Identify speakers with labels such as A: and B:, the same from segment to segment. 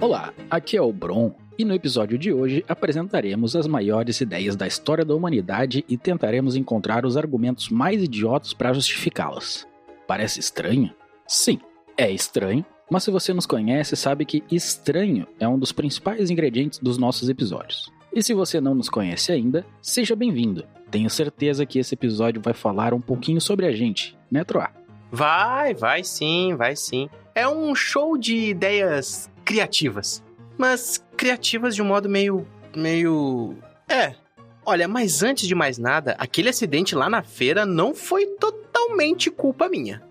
A: Olá, aqui é o Bron e no episódio de hoje apresentaremos as maiores ideias da história da humanidade e tentaremos encontrar os argumentos mais idiotas para justificá-las. Parece estranho? Sim, é estranho, mas se você nos conhece, sabe que estranho é um dos principais ingredientes dos nossos episódios. E se você não nos conhece ainda, seja bem-vindo. Tenho certeza que esse episódio vai falar um pouquinho sobre a gente, né, Troá?
B: Vai, vai sim, vai sim. É um show de ideias criativas. Mas criativas de um modo meio. meio. É. Olha, mas antes de mais nada, aquele acidente lá na feira não foi totalmente culpa minha.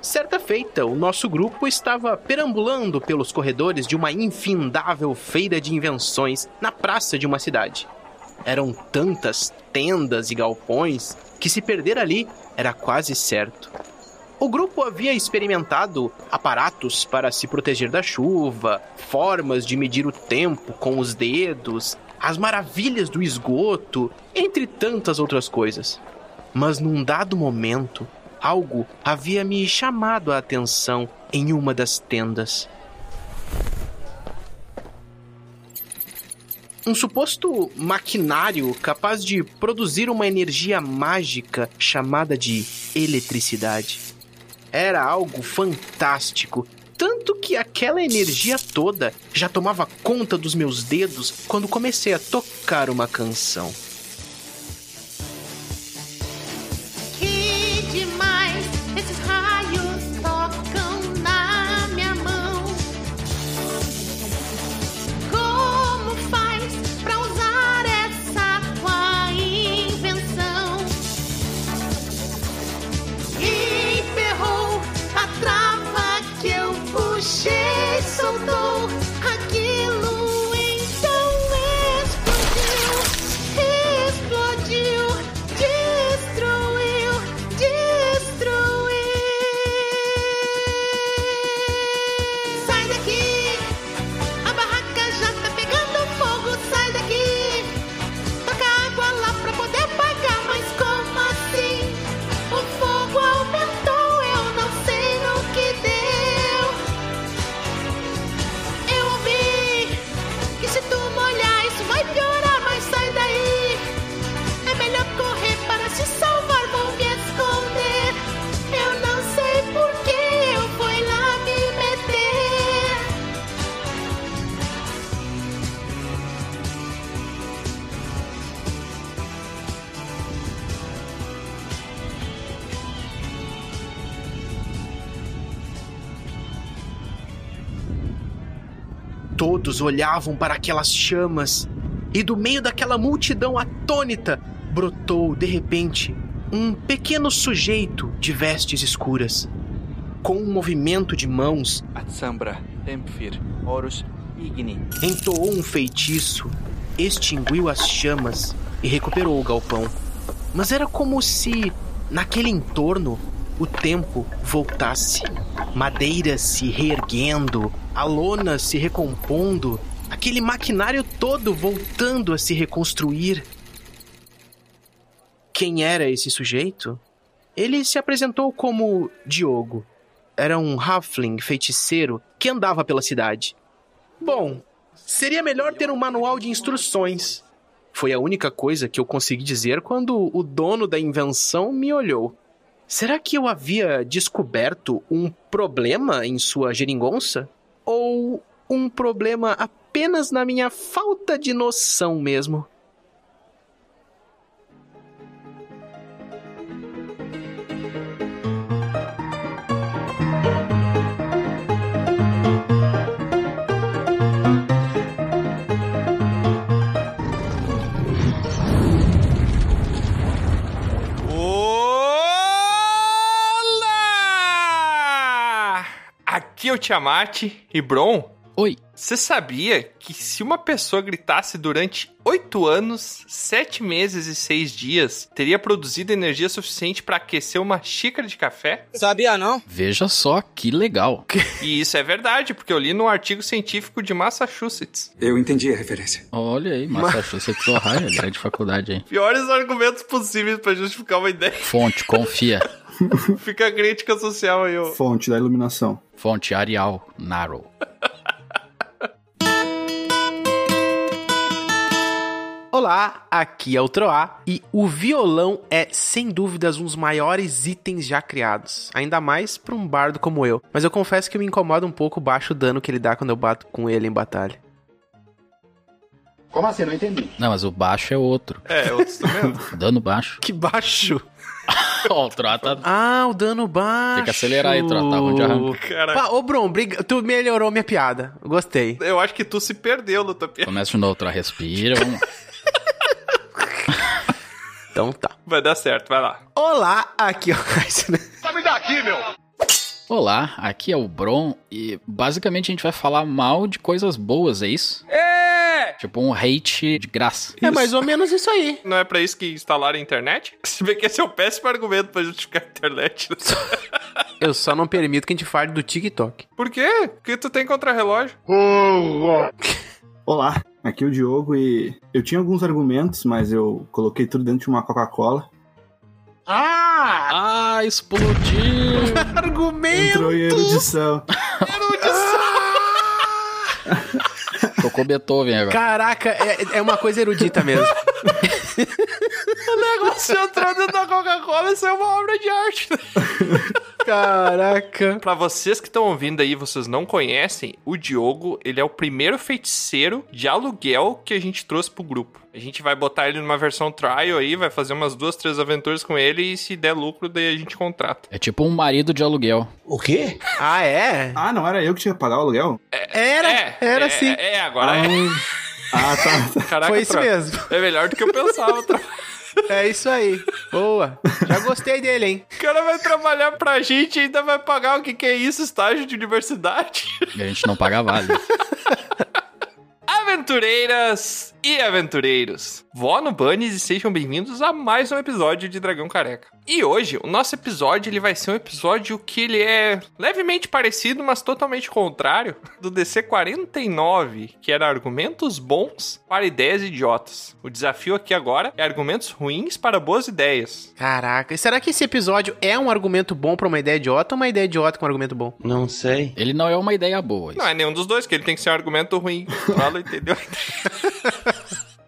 B: Certa feita, o nosso grupo estava perambulando pelos corredores de uma infindável feira de invenções na praça de uma cidade. Eram tantas tendas e galpões que se perder ali era quase certo. O grupo havia experimentado aparatos para se proteger da chuva, formas de medir o tempo com os dedos, as maravilhas do esgoto, entre tantas outras coisas. Mas num dado momento, algo havia me chamado a atenção em uma das tendas. Um suposto maquinário capaz de produzir uma energia mágica chamada de eletricidade. Era algo fantástico, tanto que aquela energia toda já tomava conta dos meus dedos quando comecei a tocar uma canção.
C: Que demais esses raios tocam na minha mão. Como faz pra usar essa tua invenção? Emperrou a trava que eu puxei, soltou. Aquilo então explodiu, explodiu, destruiu, destruiu. Sai daqui, a barraca já tá pegando fogo, sai daqui. Toca água lá pra poder apagar, mas como assim? O fogo aumentou, eu não sei no que deu. Eu ouvi que se tu molhar isso vai piorar, mas sai daí. É melhor correr para se salvar, vou me esconder. Eu não sei por que eu fui lá me meter.
B: Todos olhavam para aquelas chamas, e do meio daquela multidão atônita brotou, de repente, um pequeno sujeito de vestes escuras. Com um movimento de mãos,
D: Atsambra, Tempfir, Horus, Igni.
B: entoou um feitiço, extinguiu as chamas e recuperou o galpão. Mas era como se, naquele entorno, o tempo voltasse. Madeira se reerguendo, a lona se recompondo, aquele maquinário todo voltando a se reconstruir. Quem era esse sujeito? Ele se apresentou como Diogo. Era um halfling feiticeiro que andava pela cidade. Bom, seria melhor ter um manual de instruções. Foi a única coisa que eu consegui dizer quando o dono da invenção me olhou. Será que eu havia descoberto um problema em sua geringonça? Ou um problema apenas na minha falta de noção mesmo?
E: Olá! Aqui é o Tiamat e Bron.
A: Oi,
E: Você sabia que se uma pessoa gritasse durante 8 anos, 7 meses e 6 dias, teria produzido energia suficiente para aquecer uma xícara de café?
F: Sabia não?
A: veja só que legal.
E: E isso é verdade, porque eu li num artigo científico de Massachusetts.
G: Eu entendi a referência.
A: Olha aí, Massachusetts Ohio, grande tá faculdade, hein?
E: Piores argumentos possíveis para justificar uma ideia.
A: Fonte, confia.
E: Fica a crítica social aí, ó.
H: Fonte da iluminação.
A: Fonte Arial Narrow.
B: Olá, aqui é o Troá e o violão é sem dúvidas um dos maiores itens já criados, ainda mais para um bardo como eu. Mas eu confesso que me incomoda um pouco o baixo dano que ele dá quando eu bato com ele em batalha.
I: Como assim? Não entendi.
A: Não, mas o baixo é outro.
E: É, outro instrumento.
A: Dano baixo.
B: Que baixo!
A: Ó, o tá Trota
B: Ah, o dano baixo.
A: Tem que acelerar aí, Troá, tá bom de arranque.
E: Cara,
B: Pá, ô, Bron, briga- tu melhorou minha piada. Gostei.
E: eu acho que tu se perdeu no tapete.
A: começa de novo, Troá, respira. um. Vamos. lá.
B: Então tá.
E: Vai dar certo, vai lá.
B: Olá, aqui é o
A: Olá, aqui é o Bron e basicamente a gente vai falar mal de coisas boas, é isso? É! Tipo um hate de graça.
B: É mais ou menos isso aí.
E: Não é pra isso que instalaram a internet? Se bem que esse é um péssimo argumento pra justificar a internet. né?
B: Eu só não permito que a gente fale do TikTok.
E: Por quê? Porque tu tem contra-relógio.
H: Olá, aqui é o Diogo e eu tinha alguns argumentos, mas eu coloquei tudo dentro de uma Coca-Cola.
I: Ah!
A: Ah, explodiu!
B: Argumento!
H: Entrou em erudição.
A: Tocou Beethoven agora.
B: Caraca, é, é uma coisa erudita mesmo.
E: Se entrar dentro da Coca-Cola, isso é uma obra de arte. né?
B: Caraca.
E: Pra vocês que estão ouvindo aí, vocês não conhecem, o Diogo, ele é o primeiro feiticeiro de aluguel que a gente trouxe pro grupo. A gente vai botar ele numa versão trial aí, vai fazer umas duas, três aventuras com ele e se der lucro, daí a gente contrata.
A: É tipo um marido de aluguel.
I: O quê?
B: Ah, é?
H: Ah, não era eu que tinha que pagar o aluguel?
B: Era, era
E: é,
B: sim.
E: É, agora
H: Ah,
E: é.
H: ah, tá.
E: Caraca,
B: Foi isso
E: Troy,
B: mesmo.
E: É melhor do que eu pensava. tá? Troy.
B: É isso aí. Boa. Já gostei dele, hein?
E: o cara vai trabalhar pra gente e ainda vai pagar o que que é isso, estágio de universidade.
A: E a gente não paga vale.
E: Aventureiras e aventureiros, vó no Bunnies e sejam bem-vindos a mais um episódio de Dragão Careca. E hoje, o nosso episódio ele vai ser um episódio que ele é levemente parecido, mas totalmente contrário do DC 49, que era argumentos bons para ideias idiotas. O desafio aqui agora é argumentos ruins para boas ideias.
B: Caraca. E Será que esse episódio é um argumento bom pra uma ideia idiota ou uma ideia idiota com um argumento bom?
I: Não sei.
A: Ele não é uma ideia boa. isso.
E: Não é nenhum dos dois, que ele tem que ser um argumento ruim. Fala, entendeu?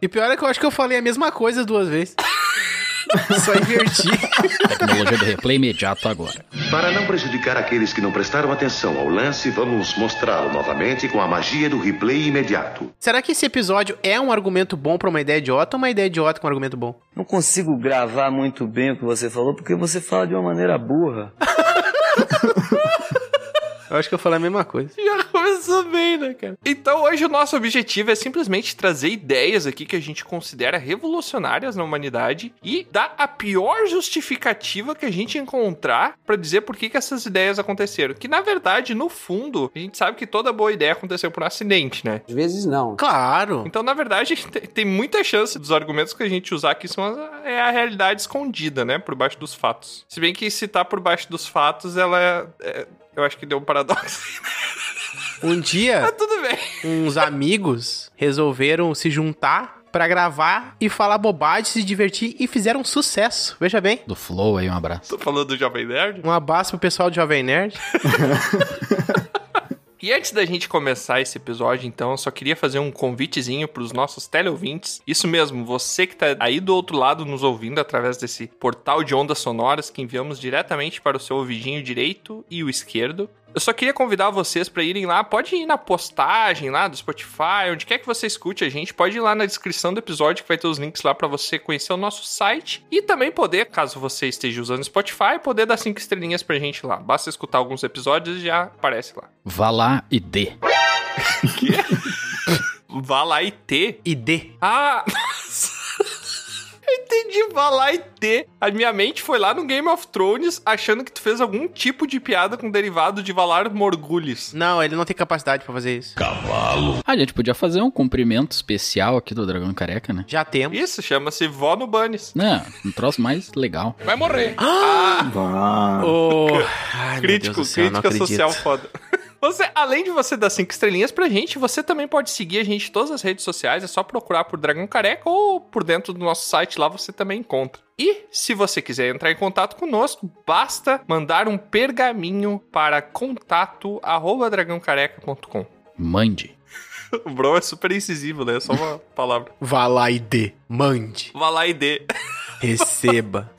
B: E pior é que eu acho que eu falei a mesma coisa duas vezes. Só inverti.
A: Tecnologia do replay imediato agora.
J: Para não prejudicar aqueles que não prestaram atenção ao lance, vamos mostrá-lo novamente com a magia do replay imediato.
B: Será que esse episódio é um argumento bom pra uma ideia idiota ou uma ideia idiota com um argumento bom?
K: Não consigo gravar muito bem o que você falou porque você fala de uma maneira burra.
B: Eu acho que eu falei a mesma coisa.
E: Já começou bem, né, cara? Então hoje o nosso objetivo é simplesmente trazer ideias aqui que a gente considera revolucionárias na humanidade e dar a pior justificativa que a gente encontrar pra dizer por que, que essas ideias aconteceram. Que na verdade, no fundo, a gente sabe que toda boa ideia aconteceu por um acidente, né?
I: Às vezes não.
B: Claro.
E: Então, na verdade, tem- tem muita chance dos argumentos que a gente usar aqui são as- é a realidade escondida, né? Por baixo dos fatos. Se bem que se tá por baixo dos fatos, ela é- é- eu acho que deu um paradoxo.
B: Um dia,
E: Mas tudo bem.
B: uns amigos resolveram se juntar pra gravar e falar bobagem, se divertir e fizeram sucesso. Veja bem.
A: Do Flow aí, um abraço.
E: Tô falando do Jovem Nerd?
B: Um abraço pro pessoal do Jovem Nerd.
E: E antes da gente começar esse episódio, então, eu só queria fazer um convitezinho para os nossos teleouvintes. Isso mesmo, você que tá aí do outro lado nos ouvindo através desse portal de ondas sonoras que enviamos diretamente para o seu ouvidinho direito e o esquerdo. Eu só queria convidar vocês para irem lá, pode ir na postagem lá do Spotify, onde quer que você escute a gente, pode ir lá na descrição do episódio que vai ter os links lá para você conhecer o nosso site e também poder, caso você esteja usando Spotify, poder dar cinco estrelinhas pra gente lá. Basta escutar alguns episódios e já aparece lá.
A: Vá lá e dê.
E: Vá lá e ter.
B: E D.
E: Ah! Eu entendi, vá lá e ter. A minha mente foi lá no Game of Thrones achando que tu fez algum tipo de piada com derivado de Valar Morgulis.
B: Não, ele não tem capacidade pra fazer isso.
A: Ah, a gente podia fazer um cumprimento especial aqui do Dragão Careca, né?
B: Já temos.
E: Isso chama-se vó no Bunnies.
A: Não, um troço mais legal.
E: Vai morrer. Ah,
H: Bah.
B: Oh, ai, meu Deus
E: crítico,
B: do céu, não
E: crítica
B: acredito.
E: social foda. Você, além de você dar cinco estrelinhas pra gente, você também pode seguir a gente em todas as redes sociais. É só procurar por Dragão Careca ou por dentro do nosso site lá você também encontra. E se você quiser entrar em contato conosco, basta mandar um pergaminho para contato@dragãocareca.com.
A: Mande.
E: O bro é super incisivo, né? É só uma palavra.
B: Vá lá e dê. Mande.
E: Vá lá e dê.
B: Receba.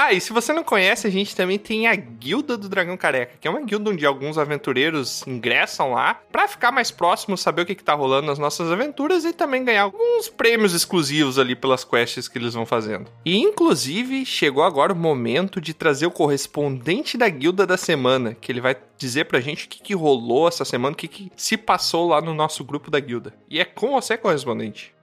E: Ah, e se você não conhece, a gente também tem a Guilda do Dragão Careca, que é uma guilda onde alguns aventureiros ingressam lá pra ficar mais próximo, saber o que, que tá rolando nas nossas aventuras e também ganhar alguns prêmios exclusivos ali pelas quests que eles vão fazendo. E inclusive chegou agora o momento de trazer o correspondente da guilda da semana, que ele vai dizer pra gente o que, que rolou essa semana, o que, que se passou lá no nosso grupo da guilda. E é com você, correspondente.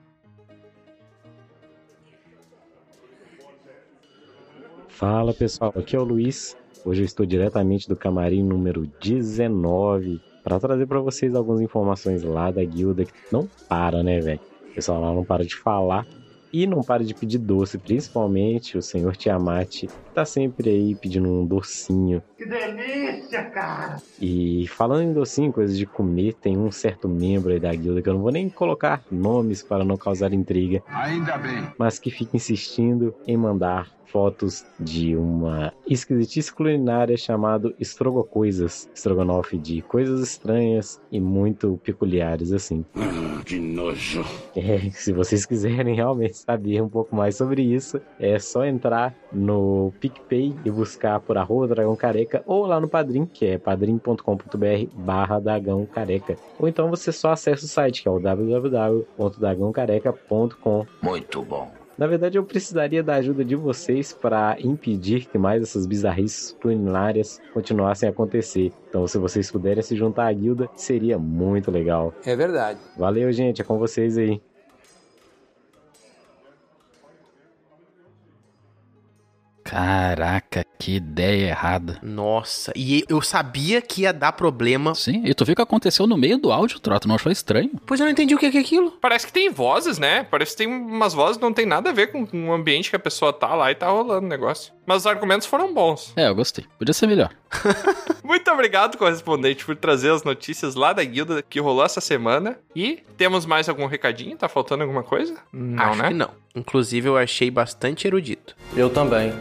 J: Fala pessoal, aqui é o Luiz. Hoje eu estou diretamente do camarim número 19 para trazer para vocês algumas informações lá da guilda que não para, né, velho? O pessoal lá não para de falar e não para de pedir doce, principalmente o senhor Tiamat, que tá sempre aí pedindo um docinho.
L: Que delícia, cara!
J: E falando em docinho, coisas de comer, tem um certo membro aí da guilda que eu não vou nem colocar nomes para não causar intriga,
L: Ainda bem.
J: mas que fica insistindo em mandar fotos de uma esquisitice culinária chamado estrogocoisas, estrogonofe de coisas estranhas e muito peculiares assim.
L: Ah, que nojo.
J: É, se vocês quiserem realmente saber um pouco mais sobre isso, é só entrar no PicPay e buscar por arroba dragão careca ou lá no Padrim, que é padrim.com.br barra dragão careca. Ou então você só acessa o site, que é o www.dragãocareca.com
D: Muito bom.
J: na verdade, eu precisaria da ajuda de vocês para impedir que mais essas bizarrices culinárias continuassem a acontecer. Então, se vocês puderem se juntar à guilda, seria muito legal.
M: É verdade.
J: Valeu, gente, é com vocês aí.
A: Caraca, que ideia errada.
B: Nossa, e eu sabia que ia dar problema.
A: Sim, e tu viu o que aconteceu no meio do áudio, Trota? Não achou estranho?
B: Pois eu não entendi o que é aquilo.
E: Parece que tem vozes, né? Parece que tem umas vozes que não tem nada a ver com o ambiente que a pessoa tá lá e tá rolando o negócio. Mas os argumentos foram bons.
A: É, eu gostei. Podia ser melhor.
E: Muito obrigado, correspondente, por trazer as notícias lá da guilda que rolou essa semana. E temos mais algum recadinho? Tá faltando alguma coisa? Não, né?
B: Acho
A: né?
B: que não. Inclusive, eu achei bastante erudito.
D: Eu também.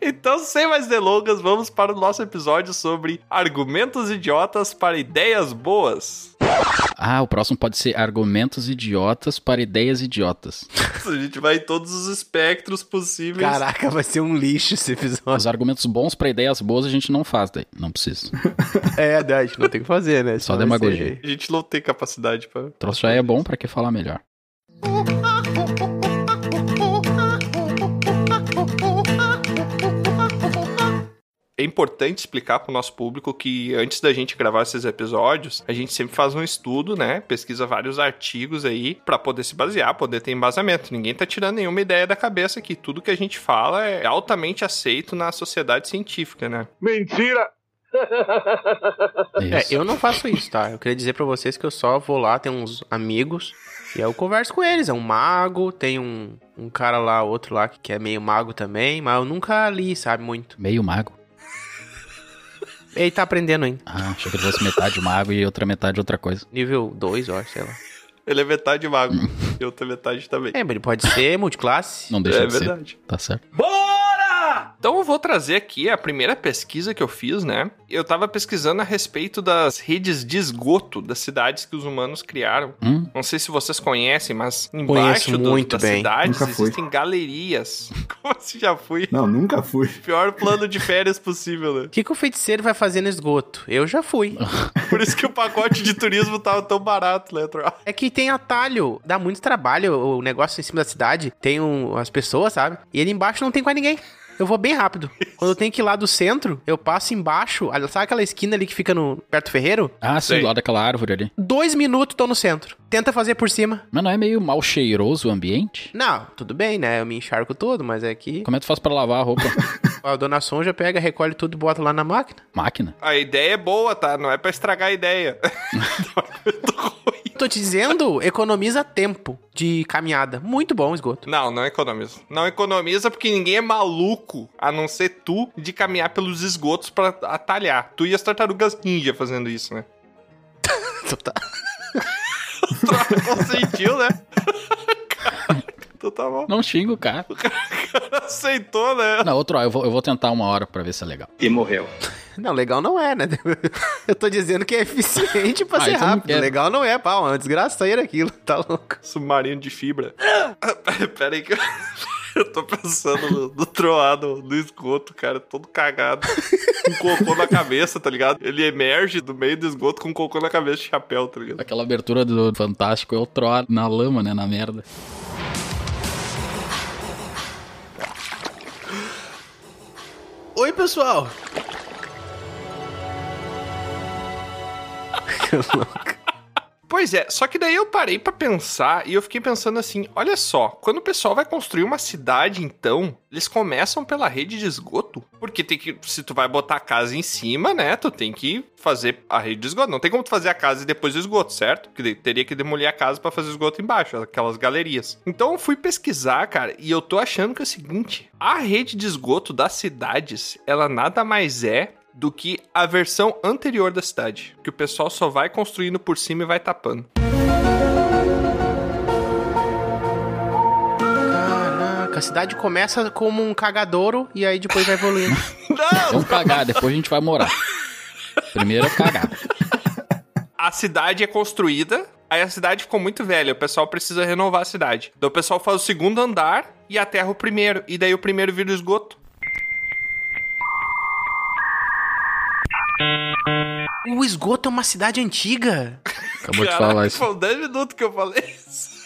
E: Então, sem mais delongas, vamos para o nosso episódio sobre argumentos idiotas para ideias boas.
A: Ah, o próximo pode ser argumentos idiotas para ideias idiotas.
E: A gente vai em todos os espectros possíveis.
B: Caraca, vai ser um lixo esse episódio.
A: Os argumentos bons para ideias boas a gente não faz daí. Não precisa.
B: É, a gente não tem o que fazer, né?
A: Só
B: Senão vai
A: demagogia.
E: A gente não tem capacidade para.
A: O troço já é bom, pra que falar melhor?
E: É importante explicar para o nosso público que antes da gente gravar esses episódios, a gente sempre faz um estudo, né? Pesquisa vários artigos aí para poder se basear, poder ter embasamento. Ninguém tá tirando nenhuma ideia da cabeça aqui. Tudo que a gente fala é altamente aceito na sociedade científica, né?
L: Mentira!
B: É,
A: Isso.
B: eu não faço isso, tá? Eu queria dizer pra vocês que eu só vou lá, tem uns amigos, e aí eu converso com eles. É um mago, tem um, um cara lá, outro lá, que é meio mago também, mas eu nunca li, sabe, muito.
A: Meio mago.
B: Ele tá aprendendo, hein?
A: Ah, achei que ele fosse metade mago e outra metade outra coisa.
B: Nível 2, eu acho, sei lá.
E: Ele é metade mago, e outra metade também.
B: É, mas ele pode ser multiclasse.
A: Não deixa
E: é
A: de ser.
E: verdade.
A: Tá certo.
E: Então eu vou trazer aqui a primeira pesquisa que eu fiz, né? Eu tava pesquisando a respeito das redes de esgoto das cidades que os humanos criaram.
A: Hum?
E: Não sei se vocês conhecem, mas embaixo do,
B: muito
E: das
B: bem.
E: cidades
H: Nunca fui.
E: existem galerias. Como assim já fui?
H: Não, nunca fui.
E: Pior plano de férias possível, né?
B: O que, que o feiticeiro vai fazer no esgoto? Eu já fui.
E: Por isso que o pacote de turismo tava tão barato, né, Troll?
B: É que tem atalho, dá muito trabalho o negócio em cima da cidade, tem um- as pessoas, sabe? E ele embaixo não tem quase ninguém. Eu vou bem rápido. Quando eu tenho que ir lá do centro, eu passo embaixo, ali- sabe aquela esquina ali que fica no perto do ferreiro?
A: Ah, sim,
E: Sei.
A: do lado daquela árvore ali.
B: Dois minutos tô no centro. Tenta fazer por cima.
A: Mas não é meio mal cheiroso o ambiente?
B: Não, tudo bem, né? Eu me encharco todo, mas é que
A: Como é que tu faz pra lavar a roupa?
B: a dona Sonja pega, recolhe tudo e bota lá na máquina.
A: Máquina?
E: A ideia é boa, tá? Não é pra estragar a ideia. Não é muito ruim.
B: Tô te dizendo, economiza tempo de caminhada. Muito bom o esgoto.
E: Não, não economiza. Não economiza porque ninguém é maluco, a não ser tu, de caminhar pelos esgotos pra atalhar. Tu e as tartarugas ninja fazendo isso, né?
B: Tá.
E: Troca consentiu, né? Então tá bom.
A: Não xingo o cara.
E: Aceitou, né?
A: Não, outro, ó, eu vou, eu vou tentar uma hora pra ver se é legal.
H: E morreu.
B: Não, legal não é, né? Eu tô dizendo que é eficiente pra
A: Ah,
B: ser
A: isso eu não
B: rápido.
A: quero.
B: Legal então não é, pau. É uma desgraceira aquilo. Tá louco.
E: Submarino de fibra. Pera aí que eu- eu tô pensando no, no troado no esgoto, cara, todo cagado. Com cocô na cabeça, tá ligado? Ele emerge do meio do esgoto com cocô na cabeça e chapéu, tá ligado?
A: Aquela abertura do Fantástico é o Troar na lama, né? Na merda.
B: Oi, pessoal.
E: Pois é, só que daí eu parei pra pensar e eu fiquei pensando assim, olha só, quando o pessoal vai construir uma cidade, então, eles começam pela rede de esgoto, porque tem que, se tu vai botar a casa em cima, né, tu tem que fazer a rede de esgoto, não tem como tu fazer a casa e depois o esgoto, certo? Porque daí teria que demolir a casa pra fazer o esgoto embaixo, aquelas galerias. Então eu fui pesquisar, cara, e eu tô achando que é o seguinte, a rede de esgoto das cidades, ela nada mais é do que a versão anterior da cidade, que o pessoal só vai construindo por cima e vai tapando.
B: Caraca, a cidade começa como um cagadouro e aí depois vai evoluindo.
E: Não!
A: Vamos cagar, depois a gente vai morar. Primeiro é cagada.
E: A cidade é construída, aí a cidade ficou muito velha, o pessoal precisa renovar a cidade. Daí o pessoal faz o segundo andar e aterra o primeiro, e daí o primeiro vira o esgoto.
B: o esgoto é uma cidade antiga.
A: Acabou de
E: Caraca,
A: falar isso.
E: Foi 10 minutos que eu falei isso.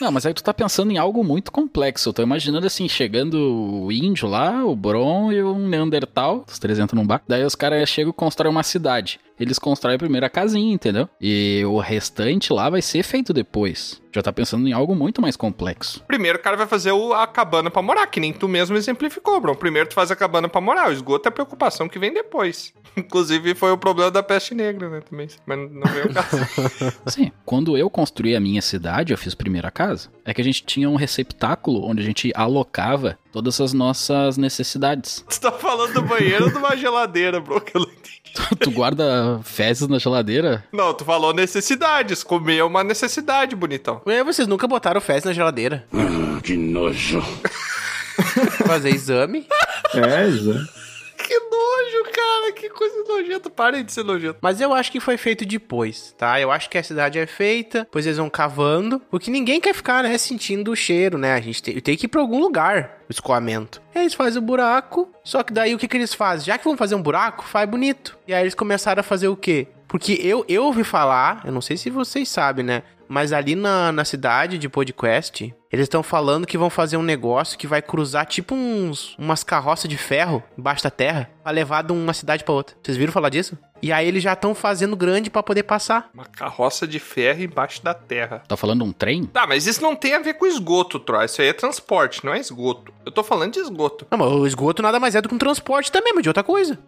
A: Não, mas aí tu tá pensando em algo muito complexo. Eu tô imaginando assim, chegando o índio lá, o Bron e um Neandertal, os três entram num bar. Daí os caras chegam e constroem uma cidade. Eles constroem primeiro a casinha, entendeu? E o restante lá vai ser feito depois. Já tá pensando em algo muito mais complexo.
E: Primeiro o cara vai fazer o- a cabana pra morar, que nem tu mesmo exemplificou, Bruno. Primeiro tu faz a cabana pra morar, o esgoto é a preocupação que vem depois. Inclusive foi o problema da peste negra, né, também. Mas não veio o caso.
A: Sim, Assim, quando eu construí a minha cidade, eu fiz primeiro a casa. É que a gente tinha um receptáculo onde a gente alocava todas as nossas necessidades.
E: tu tá falando do banheiro ou de uma geladeira, bro, que eu não entendi.
A: tu guarda fezes na geladeira,
E: Não, tu falou necessidades. Comer é uma necessidade, bonitão.
B: Ué, É, vocês nunca botaram fezes na geladeira.
K: Ah, que nojo.
B: Fazer exame.
H: É, Zé.
E: Que nojo, cara. Que coisa nojenta. Parem de ser nojento.
B: Mas eu acho que foi feito depois, tá? Eu acho que a cidade é feita, depois eles vão cavando. Porque ninguém quer ficar, né, sentindo o cheiro, né? A gente tem, tem que ir pra algum lugar, o escoamento. Aí Eles fazem o buraco, só que daí o que, que eles fazem? Já que vão fazer um buraco, faz bonito. E aí eles começaram a fazer o quê? Porque eu, eu ouvi falar, eu não sei se vocês sabem, né? Mas ali na, na cidade de podcast, eles estão falando que vão fazer um negócio que vai cruzar tipo uns umas carroças de ferro embaixo da terra pra levar de uma cidade pra outra. Vocês viram falar disso? E aí eles já estão fazendo grande pra poder passar.
E: Uma carroça de ferro embaixo da terra.
A: tá falando um trem?
E: Tá, mas isso não tem a ver com esgoto, Troy. Isso aí é transporte, não é esgoto. Eu tô falando de esgoto.
B: Não, mas o esgoto nada mais é do que um transporte também, mas de outra coisa.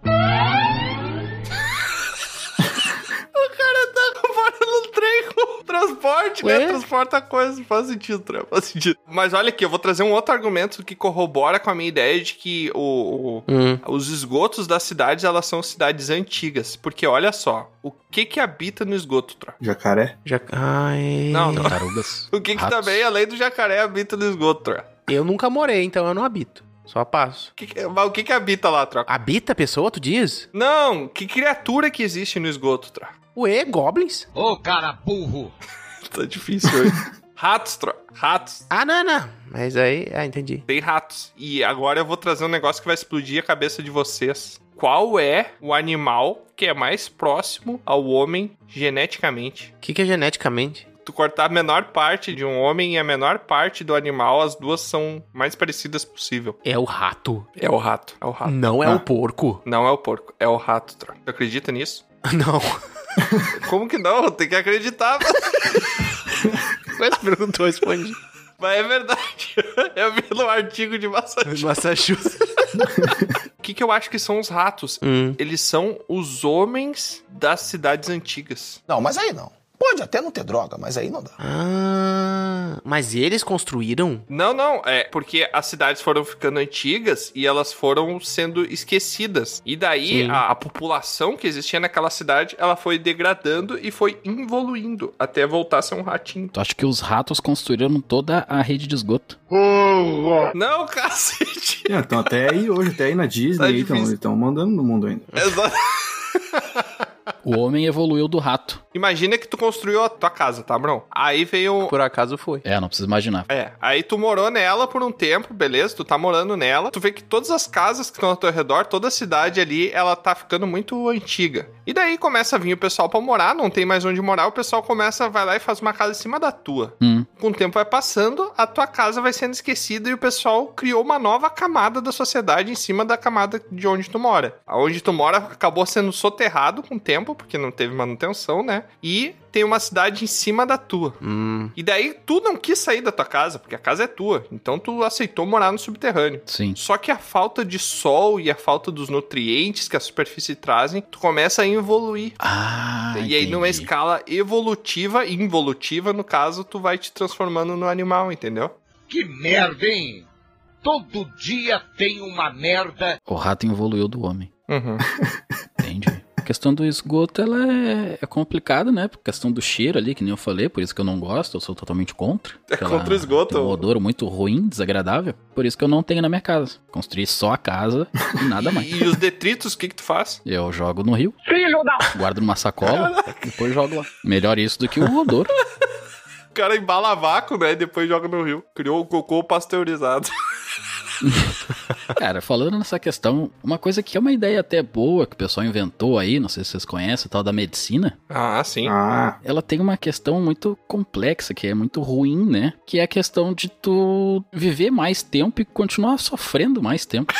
E: O cara tá comparando um trem com transporte, né?
B: Ué?
E: Transporta coisas. Não Faz sentido, Troy. Faz sentido. Mas olha aqui, eu vou trazer um outro argumento que corrobora com a minha ideia de que o- o,
B: Hum.
E: Os esgotos das cidades, elas são cidades antigas. Porque olha só, o que que habita no esgoto, Tro?
H: Jacaré?
B: Já... Ai...
E: Não, não.
A: Tartarugas?
E: O que tá que
A: Ratos.
E: também, além do jacaré, habita no esgoto, Tro?
B: Eu nunca morei, então eu não habito. Só passo.
E: O que que- Mas o que que habita lá, Tro?
B: Habita a pessoa, tu diz?
E: Não, que criatura que existe no esgoto, Tro?
B: Ué, goblins?
E: Tá difícil hoje. ratos, Tro. Ratos.
B: Ah, não, não. Mas aí... Ah, entendi.
E: Tem ratos. E agora eu vou trazer um negócio que vai explodir a cabeça de vocês. Qual é o animal que é mais próximo ao homem geneticamente?
B: O que, que é geneticamente?
E: tu cortar a menor parte de um homem e a menor parte do animal, as duas são mais parecidas possível.
B: É o rato.
E: É o rato. É o rato.
B: Não é
H: Ah.
B: o porco.
E: Não é o porco, é o rato, Tro. Tu acredita nisso?
B: Não.
E: Como que não? Tem que acreditar.
B: Mas perguntou, respondi.
E: Mas é verdade. Eu vi no artigo de Massachusetts.
B: Massachusetts.
E: O que, que eu acho que são os
B: Hum.
E: ratos? Eles são os homens das cidades antigas.
N: Não, mas aí não.
O: Pode até não ter droga, mas aí não dá.
P: Ah, mas eles construíram?
E: Não, não, é porque as cidades foram ficando antigas e elas foram sendo esquecidas. E daí
P: Sim.
E: a, a população que existia naquela cidade, ela foi degradando e foi evoluindo até voltar a ser um ratinho.
A: Tu acha que os ratos construíram toda a rede de esgoto?
E: Não, cacete.
H: Então até aí hoje, até aí na Disney, então eles estão mandando no mundo ainda.
E: É
A: O homem evoluiu do rato.
E: Imagina que tu construiu a tua casa, tá, Brão? Aí veio.
P: Por acaso foi.
A: É, não precisa imaginar.
E: É, aí tu morou nela por um tempo, beleza? Tu tá morando nela. Tu vê que todas as casas que estão ao teu redor, toda a cidade ali, ela tá ficando muito antiga. E daí começa a vir o pessoal pra morar, não tem mais onde morar, o pessoal começa, vai lá e faz uma casa em cima da tua.
A: Hum.
E: Com o tempo vai passando, a tua casa vai sendo esquecida e o pessoal criou uma nova camada da sociedade em cima da camada de onde tu mora. Aonde tu mora acabou sendo soterrado com o tempo, porque não teve manutenção, né? E tem uma cidade em cima da tua.
P: Hum.
E: E daí tu não quis sair da tua casa, porque a casa é tua. Então tu aceitou morar no subterrâneo.
A: Sim.
E: Só que a falta de sol e a falta dos nutrientes que a superfície trazem, tu começa a evoluir.
A: Ah,
E: e aí, é numa
A: entendi.
E: escala evolutiva e involutiva, no caso, tu vai te transformando no animal, entendeu?
G: Que merda, hein? Todo dia tem uma merda.
A: O rato evoluiu do homem.
E: Uhum.
A: Entendi. A questão do esgoto, ela é, é complicada, né? Por questão do cheiro ali, que nem eu falei, por isso que eu não gosto, eu sou totalmente contra.
E: É
A: Aquela-
E: contra o esgoto.
A: tem Um odor muito ruim, desagradável. Por isso que eu não tenho na minha casa. Construí só a casa e nada mais.
E: E os detritos, o que que tu faz?
A: Eu jogo no rio,
G: Filho da...
A: guardo numa sacola, depois jogo lá. Melhor isso do que o odor.
E: O cara embala vácuo, né? E depois joga no rio. Criou o cocô pasteurizado.
A: Cara, falando nessa questão, uma coisa que é uma ideia até boa que o pessoal inventou aí, não sei se vocês conhecem, o tal da medicina.
E: Ah, sim.
H: Ah,
A: ela tem uma questão muito complexa, que é muito ruim, né? Que é a questão de tu viver mais tempo e continuar sofrendo mais tempo.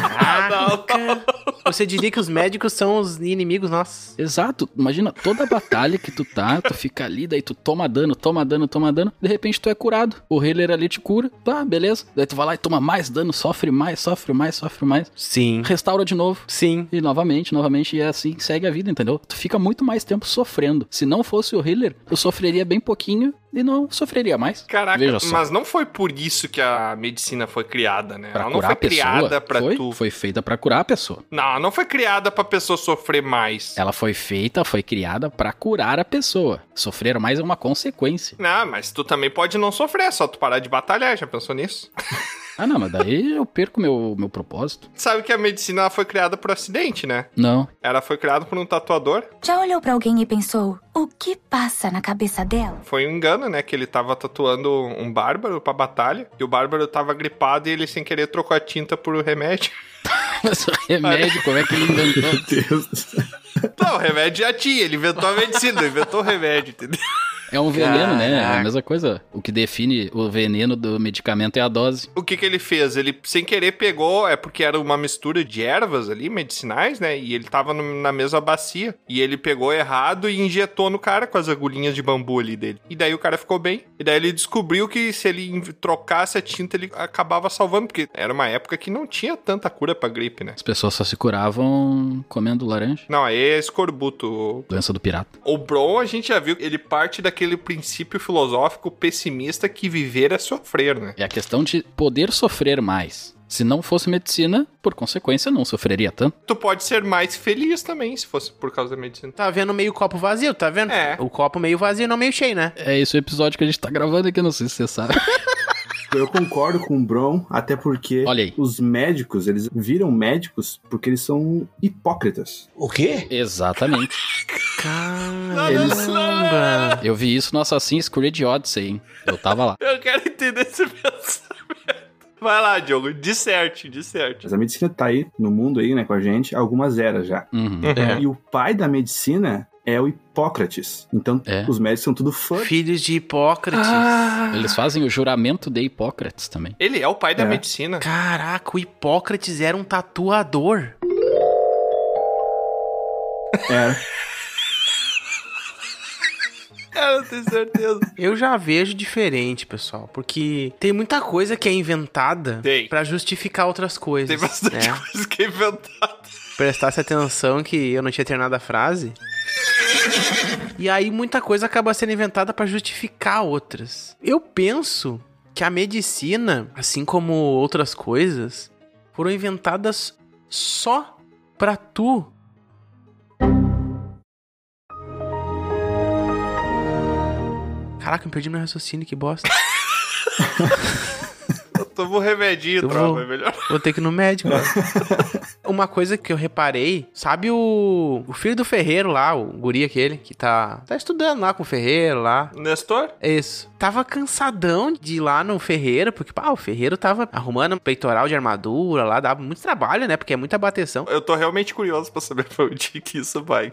P: Caraca. Você diria que os médicos são os inimigos nossos.
A: Exato. Imagina toda a batalha que tu tá, tu fica ali, daí tu toma dano, toma dano, toma dano, de repente tu é curado. O healer ali te cura, tá, beleza. Daí tu vai lá e toma mais dano, sofre mais, sofre mais, sofre mais.
P: Sim.
A: Restaura de novo.
P: Sim.
A: E novamente, novamente, e é assim que segue a vida, entendeu? Tu fica muito mais tempo sofrendo. Se não fosse o healer, eu sofreria bem pouquinho e não sofreria mais.
E: Caraca,
A: Veja só.
E: mas não foi por isso que a medicina foi criada, né?
A: Pra
E: ela não
A: curar
E: foi
A: a pessoa.
E: criada pra
A: foi,
E: tu.
A: foi feita pra curar a pessoa.
E: Não, ela não foi criada pra pessoa sofrer mais.
A: Ela foi feita, foi criada pra curar a pessoa. Sofrer mais é uma consequência.
E: Não, mas tu também pode não sofrer, é só tu parar de batalhar, já pensou nisso?
A: Ah, não, mas daí eu perco meu, meu propósito.
E: Sabe que a medicina ela foi criada por acidente, né?
A: Não.
E: Ela foi criada por um tatuador.
Q: Já olhou pra alguém e pensou: o que passa na cabeça dela?
E: Foi um engano, né? Que ele tava tatuando um bárbaro pra batalha. E o bárbaro tava gripado e ele, sem querer, trocou a tinta por um remédio.
A: Mas o remédio, como é que ele inventou?
H: meu Deus.
E: Não, o remédio já tinha. Ele inventou a medicina, ele inventou o remédio, entendeu?
A: É um veneno, né? É a
E: Caraca.
A: mesma coisa. O que define o veneno do medicamento é a dose.
E: O que que ele fez? Ele, sem querer, pegou, é porque era uma mistura de ervas ali, medicinais, né? E ele tava no- na mesma bacia. E ele pegou errado e injetou no cara com as agulhinhas de bambu ali dele. E daí o cara ficou bem. E daí ele descobriu que se ele in- trocasse a tinta, ele acabava salvando, porque era uma época que não tinha tanta cura pra gripe, né?
A: As pessoas só se curavam comendo laranja.
E: Não, aí é escorbuto.
A: Doença do pirata.
E: O Bron, a gente já viu, ele parte daquele princípio filosófico pessimista que viver é sofrer, né?
A: É a questão de poder sofrer mais. Se não fosse medicina, por consequência, não sofreria tanto.
E: Tu pode ser mais feliz também, se fosse por causa da medicina.
P: Tá vendo meio copo vazio, tá vendo?
E: É.
P: O copo meio vazio, não meio cheio, né?
A: É esse o episódio que a gente tá gravando aqui, não sei se você sabe.
H: Eu concordo com o Bron, até porque
A: Olha aí.
H: os médicos, eles viram médicos porque eles são hipócritas.
O: O quê?
A: Exatamente.
P: Caramba.
A: Eu vi isso no Assassin's Creed Odyssey, hein? Eu tava lá.
E: Eu quero entender esse pensamento. Vai lá, Diogo. Disserte, disserte.
H: Mas a medicina tá aí no mundo aí, né, com a gente, há algumas eras já.
A: Uhum.
H: E o pai da medicina é o Hipócrates. Então,
A: É.
H: os médicos são tudo fã.
P: Filhos de Hipócrates.
A: Eles fazem o juramento de Hipócrates também.
E: Ele é o pai da
H: É.
E: medicina.
P: Caraca, o Hipócrates era um tatuador.
H: Era.
E: Cara, eu tenho certeza.
P: Eu já vejo diferente, pessoal, porque tem muita coisa que é inventada
E: Tem.
P: pra justificar outras coisas.
E: Tem bastante
P: né?
E: coisa que é inventada.
P: Prestasse atenção que eu não tinha treinado a frase.
B: E aí muita coisa acaba sendo inventada para justificar outras. Eu penso que a medicina, assim como outras coisas, foram inventadas só pra tu Caraca, eu perdi meu raciocínio, que bosta.
E: Eu tomo um remedinho,
B: Eu
E: tropa,
B: vou-
E: é melhor.
B: Vou ter que ir no médico. né? Uma coisa que eu reparei, sabe o, o filho do Ferreiro lá, o guri aquele, que tá, tá estudando lá com o Ferreiro lá.
E: Nestor?
B: É isso. Tava cansadão de ir lá no Ferreiro, porque, pá, o Ferreiro tava arrumando um peitoral de armadura lá, dava muito trabalho, né? Porque é muita bateção.
E: Eu tô realmente curioso pra saber pra onde que isso vai.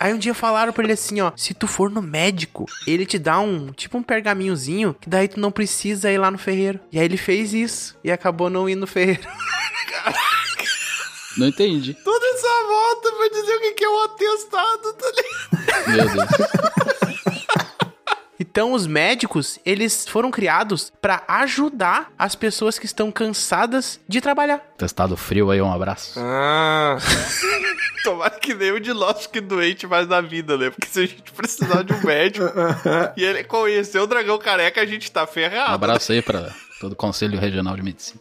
B: Aí um dia falaram pra ele assim, ó, se tu for no médico, ele te dá um, tipo um pergaminhozinho, que daí tu não precisa ir lá no ferreiro. E aí ele fez isso e acabou não indo no ferreiro.
A: Não entendi.
E: Toda essa volta pra dizer o que que é o atestado, tá
A: Meu Deus.
B: Então os médicos, eles foram criados pra ajudar as pessoas que estão cansadas de trabalhar.
A: Testado frio aí, um abraço.
E: Ah. Tomara que nenhum de nós fique doente mais na vida, né? Porque se a gente precisar de um médico e ele conhecer o dragão careca, a gente tá
A: Um
E: ferrado.
A: abraço aí pra todo o Conselho Regional de Medicina.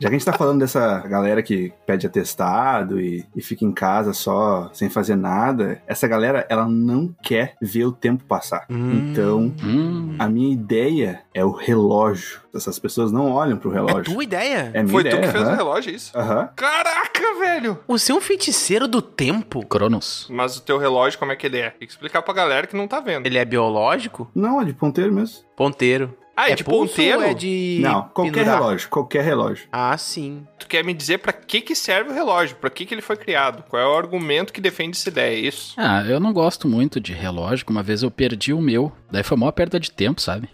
H: Já que a gente tá falando dessa galera que pede atestado e, e fica em casa só, sem fazer nada, essa galera, ela não quer ver o tempo passar. Então,
A: Hum,
H: a minha ideia é o relógio. Essas pessoas não olham pro relógio.
B: Tua ideia?
H: É minha
E: Foi
H: ideia,
E: tu que fez
H: aham.
E: o relógio, é isso?
H: Aham.
E: Caraca, velho!
B: Você é um feiticeiro do tempo?
A: Cronos.
E: Mas o teu relógio, como é que ele é? Tem que explicar pra galera que não tá vendo.
B: Ele é biológico?
H: Não, é de ponteiro mesmo.
B: Ponteiro.
E: Ah, é
B: é
E: de
B: pulso
E: ponteiro?
B: ou é de
H: Não, qualquer
B: pendurar?
H: relógio, qualquer relógio.
B: Ah, sim.
E: Tu quer me dizer pra que que serve o relógio? Pra que que ele foi criado? Qual é o argumento que defende essa ideia? É isso?
A: Ah, eu não gosto muito de relógio. que Uma vez eu perdi o meu. Daí foi mó perda de tempo, sabe?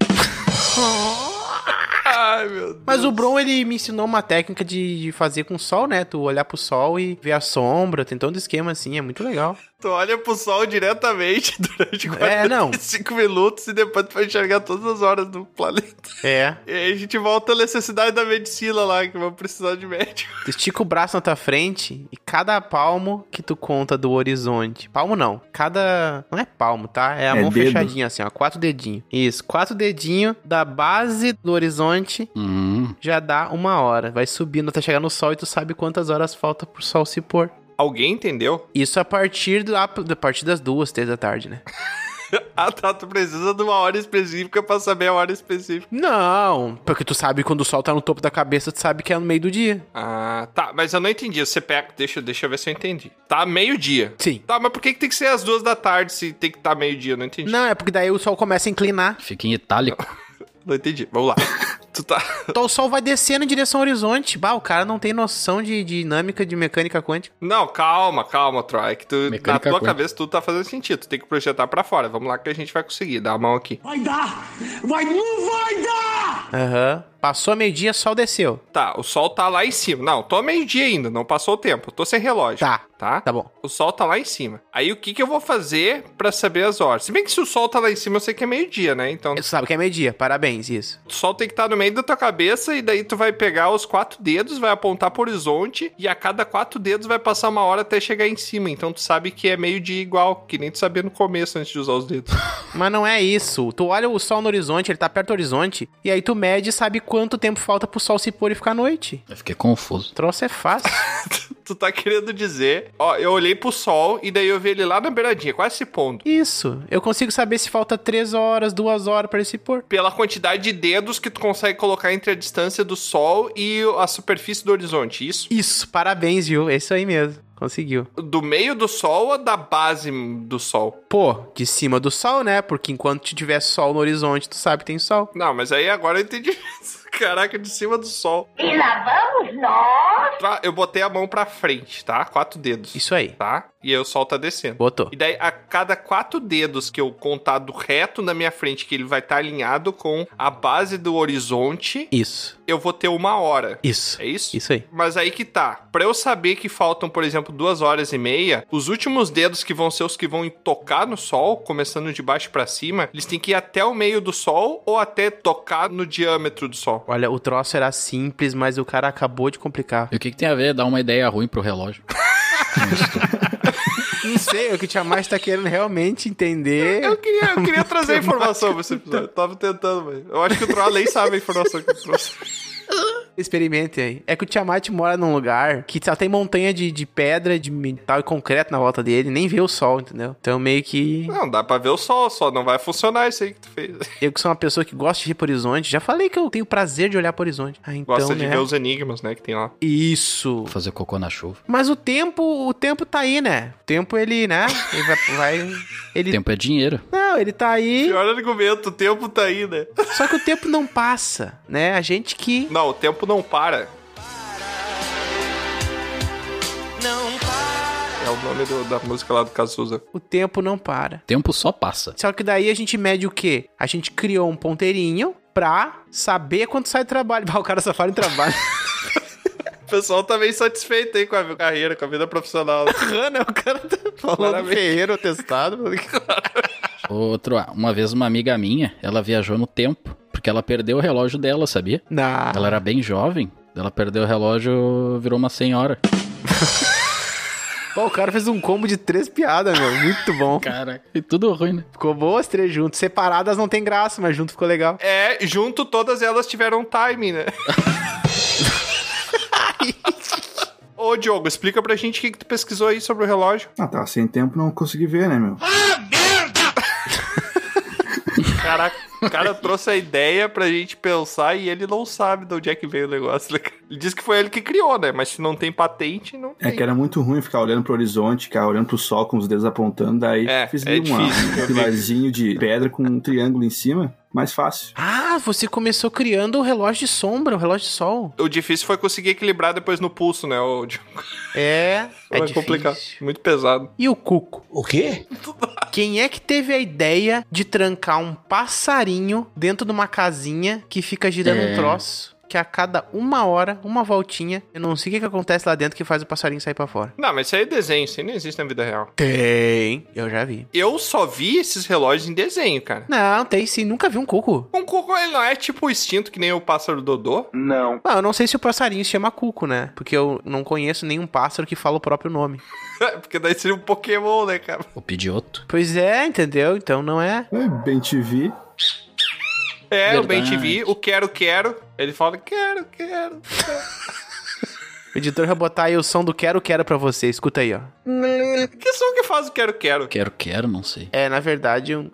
E: Ai, meu Deus.
B: Mas o Bron, ele me ensinou uma técnica de, de fazer com o sol, né? Tu olhar pro sol e ver a sombra, tem todo esquema assim, é muito legal.
E: Tu olha pro sol diretamente durante
B: É, não.
E: 45 minutos e depois tu vai enxergar todas as horas do planeta.
B: É.
E: E aí a gente volta à necessidade da medicina lá, que vamos precisar de médico.
B: Tu estica o braço na tua frente e cada palmo que tu conta do horizonte. Palmo não. Cada. Não é palmo, tá? É a
H: É
B: mão
H: dedo.
B: fechadinha, assim, ó. Quatro dedinhos. Isso, quatro dedinhos da base do horizonte
A: Hum.
B: já dá uma hora. Vai subindo até chegar no sol e tu sabe quantas horas falta pro sol se pôr.
E: Alguém entendeu?
B: Isso a partir, da, a partir das duas, três da tarde, né?
E: Ah, tá. Tu precisa de uma hora específica pra saber a hora específica.
B: Não, porque tu sabe quando o sol tá no topo da cabeça, tu sabe que é no meio do dia.
E: Ah, tá. Mas eu não entendi. Você pega. Deixa, deixa eu ver se eu entendi. Tá meio-dia.
B: Sim.
E: Tá, mas por que, que tem que ser às duas da tarde se tem que estar tá meio-dia? Eu Não entendi.
B: Não, é porque daí o sol começa a inclinar.
A: Fica em itálico.
E: Não entendi. Vamos lá. tu tá.
B: Então o sol vai descendo em direção ao horizonte. Bah, o cara não tem noção de dinâmica, de mecânica quântica.
E: Não, calma, calma, Troy. É que tu, na
A: Mecânica
E: tua
A: quântica.
E: cabeça tudo tá fazendo sentido. Tu tem que projetar pra fora. Vamos lá que a gente vai conseguir. Dá a mão aqui.
C: Vai dar! Vai, não vai dar!
B: Aham. Passou meio-dia, sol desceu.
E: Tá, o sol tá lá em cima. Não, tô meio-dia ainda. Não passou o tempo. Eu tô sem relógio.
B: Tá,
E: Tá?
B: tá bom.
E: O sol tá lá em cima. Aí o que que eu vou fazer pra saber as horas? Se bem que se o sol tá lá em cima, eu sei que é meio-dia, né? Então,
B: Tu sabe que é meio-dia, parabéns, isso.
E: o sol tem que estar no meio da tua cabeça e daí tu vai pegar os quatro dedos, vai apontar pro horizonte e a cada quatro dedos vai passar uma hora até chegar em cima. Então tu sabe que é meio-dia igual, que nem tu sabia no começo antes de usar os dedos.
B: Mas não é isso. Tu olha o sol no horizonte, ele tá perto do horizonte, e aí tu mede e sabe quanto tempo falta pro sol se pôr e ficar à noite.
A: Eu fiquei confuso.
B: O troço é fácil.
E: tu tá querendo dizer, ó, eu olhei pro sol e daí eu vi ele lá na beiradinha, quase se pondo.
B: Isso. Eu consigo saber se falta três horas, duas horas pra ele se pôr.
E: Pela quantidade de dedos que tu consegue colocar entre a distância do sol e a superfície do horizonte, isso?
B: Isso, parabéns, viu? É isso aí mesmo. Conseguiu.
E: Do meio do sol ou da base do sol?
B: Pô, de cima do sol, né? Porque enquanto tiver sol no horizonte, tu sabe que tem sol.
E: Não, mas aí agora eu entendi. Caraca, de cima do sol.
C: E lá vamos nós!
E: Tá, eu botei a mão pra frente, tá? Quatro dedos.
B: Isso aí.
E: Tá? E aí o sol tá descendo.
B: Botou.
E: E daí, a cada quatro dedos que eu contar do reto na minha frente, que ele vai estar alinhado com a base do horizonte,
B: Isso.
E: eu vou ter uma hora.
B: Isso.
E: É isso?
B: Isso aí.
E: Mas aí que tá. Pra eu saber que faltam, por exemplo, duas horas e meia, os últimos dedos que vão ser os que vão tocar no sol, começando de baixo pra cima, eles têm que ir até o meio do sol ou até tocar no diâmetro do sol.
B: Olha, o troço era simples, mas o cara acabou de complicar.
A: E o que, que tem a ver dar uma ideia ruim pro relógio?
B: Não sei, o que o Tiamat tá querendo realmente entender.
E: Eu queria, eu queria trazer informação pra esse episódio. Eu tava tentando, mas eu acho que o Troll nem sabe a informação que eu trouxe.
B: Experimentem aí. É que o Tiamat mora num lugar que só tem montanha de, de pedra, de metal e concreto na volta dele, nem vê o sol, entendeu? Então meio que.
E: Não, dá pra ver o sol, só não vai funcionar isso aí que tu fez.
B: Eu que sou uma pessoa que gosta de ir pro horizonte, já falei que eu tenho prazer de olhar pro horizonte. Ah, então,
E: Gosta de
B: né?
E: ver os enigmas, né, que tem lá.
B: Isso.
A: Fazer cocô na chuva.
B: Mas o tempo, o tempo tá aí, né? O tempo ele, né? Ele vai. vai- ele...
A: Tempo é dinheiro.
B: Não, ele tá aí.
E: Pior argumento, o tempo tá aí, né?
B: Só que o tempo não passa, né? A gente que.
E: Não, o tempo não para. É o nome do- da música lá do Cazuza.
B: O tempo não para.
A: Tempo só passa.
B: Só que daí a gente mede o quê? A gente criou um ponteirinho pra saber quando sai do trabalho. Bah, o cara só fala em trabalho.
E: O pessoal tá meio satisfeito aí com a carreira, com a vida profissional.
B: Rana, o cara tá falando
E: Claramente.
B: ferreiro testado.
A: Outro, ah, uma vez uma amiga minha, ela viajou no tempo, porque ela perdeu o relógio dela, sabia?
B: Não.
A: Ela era bem jovem, ela perdeu o relógio, virou uma senhora.
B: Pô, o cara fez um combo de três piadas, meu. Muito bom.
A: Caraca, e tudo ruim, né?
B: Ficou boas três juntos. Separadas não tem graça, mas junto ficou legal.
E: É, junto todas elas tiveram timing, né? Ô, Diogo, explica pra gente o que, que tu pesquisou aí sobre o relógio.
H: Ah, tava sem tempo, não consegui ver, né, meu?
E: Caraca, o cara trouxe a ideia pra gente pensar e ele não sabe de onde é que veio o negócio. né, cara? Ele disse que foi ele que criou, né? Mas se não tem patente, não
H: É
E: tem.
H: que era muito ruim ficar olhando pro horizonte, ficar olhando pro sol com os dedos apontando, daí
E: É,
H: fiz
E: é
H: ali uma-
E: difícil, eu
H: um
E: vi.
H: pilarzinho de pedra com um triângulo em cima, mais fácil.
B: Ah, você começou criando o relógio de sombra, o relógio de sol.
E: O difícil foi conseguir equilibrar depois no pulso, né? O Diogo?
B: É. É
E: Foi
B: difícil.
E: complicado. Muito pesado.
B: E o cuco?
O: O quê?
B: Quem é que teve a ideia de trancar um passarinho dentro de uma casinha que fica girando
A: É.
B: um troço? Que a cada uma hora, uma voltinha, eu não sei o que, que acontece lá dentro que faz o passarinho sair pra fora.
E: Não, mas isso aí é desenho, isso aí não existe na vida real.
B: Tem, eu já vi.
E: Eu só vi esses relógios em desenho, cara.
B: Não, tem sim, nunca vi um cuco.
E: Um cuco, ele não é tipo extinto que nem o pássaro Dodô? Não.
B: Ah, eu não sei se o passarinho se chama cuco, né? Porque eu não conheço nenhum pássaro que fala o próprio nome.
E: Porque daí seria um Pokémon, né, cara?
A: O pedioto.
B: Pois é, entendeu? Então não é.
H: É, bem te vi.
E: É, o
A: Verdade.
E: Bem TV, o Quero Quero. Ele fala, quero, quero.
B: O editor vai botar aí o som do quero, quero pra você. Escuta aí, ó.
E: que som que faz o Quero Quero?
A: Quero, quero, não sei.
B: É, na verdade, um.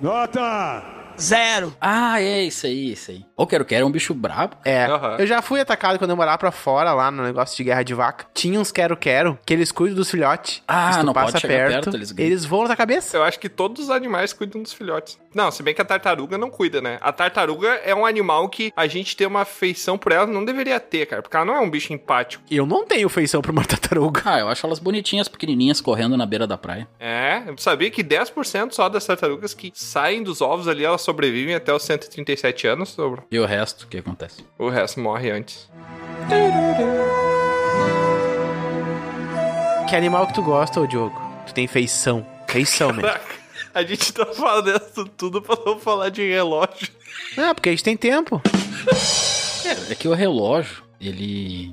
A: Nota! Zero! Ah, é isso aí, isso aí. Ô, quero, quero é um bicho brabo.
B: É.
E: Aham.
B: Eu já fui atacado quando eu morava pra fora, lá no negócio de guerra de vaca. Tinha uns quero-quero, que eles cuidam dos filhotes.
A: Ah,
B: Se tu
A: não pode
B: passa
A: chegar perto, eles
B: eles,
A: gritam.
B: voam na tua cabeça.
E: Eu acho que todos os animais cuidam dos filhotes. Não, se bem que a tartaruga não cuida, né? A tartaruga é um animal que a gente tem uma afeição por ela, não deveria ter, cara. Porque ela não é um bicho empático.
B: Eu não tenho feição pra uma tartaruga.
A: Ah, eu acho elas bonitinhas, pequenininhas, correndo na beira da praia.
E: É, eu sabia que 10% só das tartarugas que saem dos ovos ali, elas sobrevivem até os 137 anos, sobra.
A: E o resto, o que acontece?
E: O resto morre antes.
B: Que animal que tu gosta, ô Diogo? Tu tem feição. Feição, mesmo.
E: Caraca, a gente tá falando tudo pra não falar de relógio.
B: Não, Ah, porque a gente tem tempo.
A: É, é que o relógio, ele...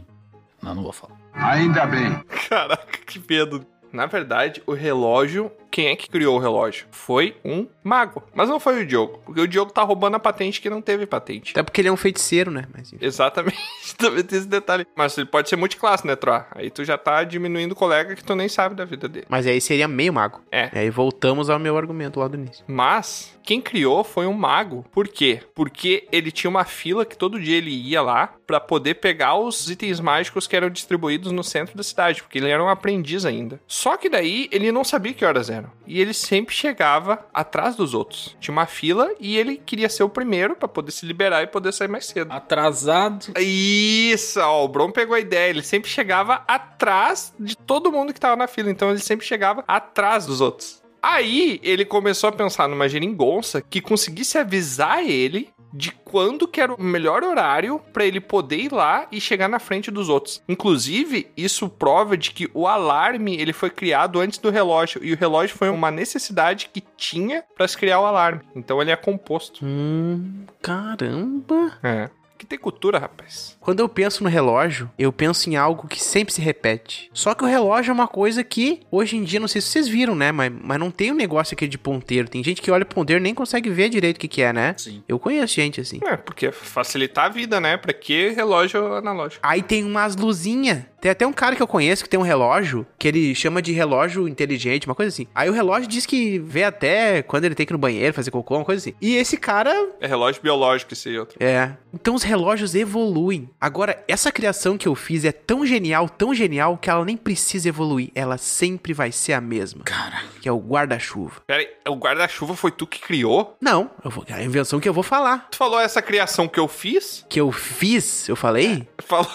A: Não, não vou falar.
G: Ainda bem.
E: Caraca, que medo. Na verdade, o relógio, quem é que criou o relógio? Foi um mago. Mas não foi o Diogo, porque o Diogo tá roubando a patente que não teve patente.
B: Até porque ele é um feiticeiro, né? Mas, enfim.
E: Exatamente, também tem esse detalhe. Mas ele pode ser multiclasse, né, Troa? Aí tu já tá diminuindo o colega que tu nem sabe da vida dele.
B: Mas aí seria meio mago.
E: É.
B: E aí voltamos ao meu argumento lá do início.
E: Mas quem criou foi um mago. Por quê? Porque ele tinha uma fila que todo dia ele ia lá pra poder pegar os itens mágicos que eram distribuídos no centro da cidade, porque ele era um aprendiz ainda. Só que daí ele não sabia que horas eram e ele sempre chegava atrás dos outros. Tinha uma fila e ele queria ser o primeiro pra poder se liberar e poder sair mais cedo.
A: Atrasado.
E: Isso, ó, o Bron pegou a ideia. Ele sempre chegava atrás de todo mundo que tava na fila. Então ele sempre chegava atrás dos outros. Aí ele começou a pensar numa geringonça que conseguisse avisar ele de quando que era o melhor horário pra ele poder ir lá e chegar na frente dos outros. Inclusive, isso prova de que o alarme ele foi criado antes do relógio e o relógio foi uma necessidade que tinha pra se criar o alarme. Então ele é composto.
B: Hum, caramba.
E: É. que ter cultura, rapaz.
B: Quando eu penso no relógio, eu penso em algo que sempre se repete. Só que o relógio é uma coisa que, hoje em dia, não sei se vocês viram, né? Mas, mas não tem um negócio aqui de ponteiro. Tem gente que olha o ponteiro e nem consegue ver direito o que, que é, né? Sim. Eu conheço gente assim.
E: É, porque facilitar a vida, né? Pra que relógio analógico?
B: Aí tem umas luzinhas. Tem até um cara que eu conheço que tem um relógio que ele chama de relógio inteligente, uma coisa assim. Aí o relógio diz que vê até quando ele tem que ir no banheiro, fazer cocô, uma coisa assim. E esse cara
E: É relógio biológico esse outro.
B: é. Então os relógios evoluem. Agora, essa criação que eu fiz é tão genial, tão genial, que ela nem precisa evoluir. Ela sempre vai ser a mesma. Cara. Que é o guarda-chuva.
E: Pera aí, o guarda-chuva foi tu que criou?
B: Não, eu vou, é a invenção que eu vou falar.
E: Tu falou essa criação que eu fiz?
B: Que eu fiz, eu falei?
E: Falou.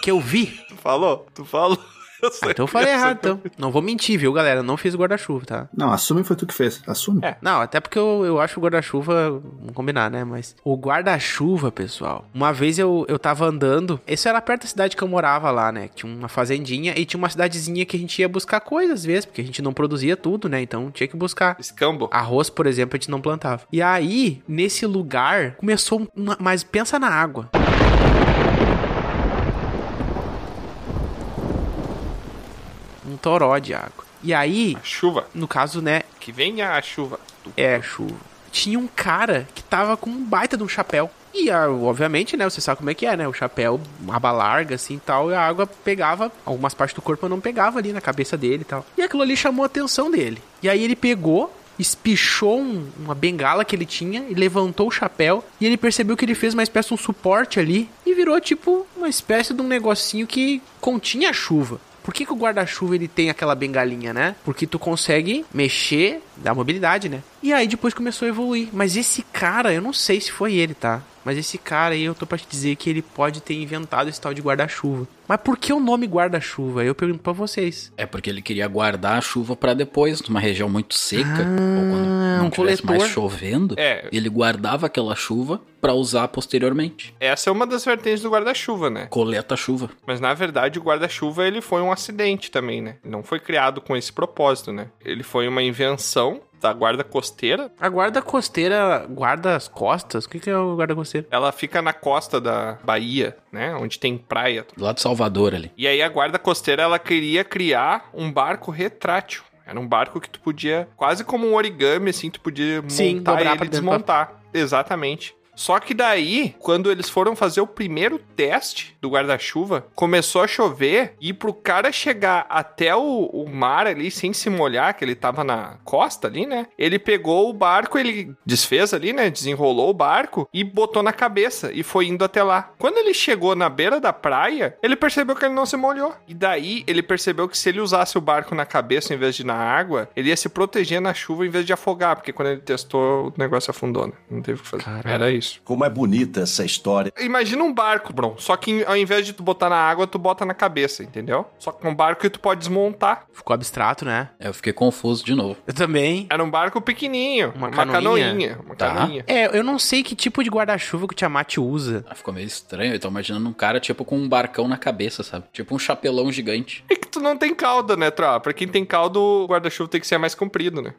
B: Que eu vi.
E: Tu falou? Tu falou? Eu sei.
B: Então eu falei errado, então. Não vou mentir, viu, galera? Eu não fiz guarda-chuva, tá?
H: Não, assume que foi tu que fez. Assume.
E: É.
B: Não, até porque eu, eu acho o guarda-chuva. Vamos combinar, né? Mas. O guarda-chuva, pessoal. Uma vez eu, eu tava andando. Isso era perto da cidade que eu morava lá, né? Tinha uma fazendinha e tinha uma cidadezinha que a gente ia buscar coisas às vezes, porque a gente não produzia tudo, né? Então tinha que buscar.
E: Escambo.
B: Arroz, por exemplo, a gente não plantava. E aí, nesse lugar, começou uma. Mas pensa na água. Um toró de água. E aí,
E: Chuva.
B: no caso, né?
E: Que venha a chuva. Tu-
B: É, chuva. Tinha um cara que tava com um baita de um chapéu. E, ah, obviamente, né? Você sabe como é que é, né? O chapéu, uma aba larga, assim e tal. E a água pegava, algumas partes do corpo eu não pegava ali na cabeça dele e tal. E aquilo ali chamou a atenção dele. E aí ele pegou, espichou um- uma bengala que ele tinha e levantou o chapéu. E ele percebeu que ele fez uma espécie de um suporte ali. E virou, tipo, uma espécie de um negocinho que continha a chuva. Por que, que o guarda-chuva ele tem aquela bengalinha, né? Porque tu consegue mexer, dá mobilidade, né? E aí depois começou a evoluir. Mas esse cara, eu não sei se foi ele, tá? Mas esse cara aí eu tô pra te dizer que ele pode ter inventado esse tal de guarda-chuva. Mas por que o nome guarda-chuva? Eu pergunto pra vocês.
A: É porque ele queria guardar a chuva pra depois, numa região muito seca, ou quando
B: Ah,
A: não
B: um
A: tivesse mais
B: coletor.
A: chovendo,
E: É.
A: ele guardava aquela chuva pra usar posteriormente.
E: Essa é uma das vertentes do guarda-chuva, né?
A: Coleta a chuva.
E: Mas na verdade o guarda-chuva ele foi um acidente também, né? Ele Não foi criado com esse propósito, né? Ele foi uma invenção da guarda costeira.
B: A guarda costeira guarda as costas? O que, que é o guarda costeira?
E: Ela fica na costa da Bahia, né? Onde tem praia.
A: Do lado de Salvador ali.
E: E aí a guarda costeira ela queria criar um barco retrátil. Era um barco que tu podia, quase como um origami, assim, tu podia
B: Sim,
E: montar
B: dobrar
E: ele
B: pra
E: e
B: dentro.
E: desmontar. Exatamente. Só que daí, quando eles foram fazer o primeiro teste do guarda-chuva, começou a chover e pro cara chegar até o, o mar ali sem se molhar, que ele tava na costa ali, né? Ele pegou o barco, ele desfez ali, né? Desenrolou o barco e botou na cabeça e foi indo até lá. Quando ele chegou na beira da praia, ele percebeu que ele não se molhou. E daí ele percebeu que se ele usasse o barco na cabeça em vez de na água, ele ia se proteger na chuva em vez de afogar, porque quando ele testou, o negócio afundou, né? Não teve o que fazer. Era isso.
R: Como é bonita essa história.
E: Imagina um barco, Bron. Só que ao invés de tu botar na água, tu bota na cabeça, entendeu? Só que um barco que tu pode desmontar.
B: Ficou abstrato, né?
A: É, Eu fiquei confuso de novo.
B: Eu também.
E: Era um barco pequenininho, uma,
B: canoinha.
E: canoinha. Uma
A: Tá.
E: canoinha.
B: É, eu não sei que tipo de guarda-chuva que o Tiamat usa.
A: Ah, Ficou meio estranho, eu tô imaginando um cara, tipo, com um barcão na cabeça, sabe? Tipo um chapelão gigante.
E: É que tu não tem cauda, né, Troa? Pra quem tem caldo, o guarda-chuva tem que ser mais comprido, né?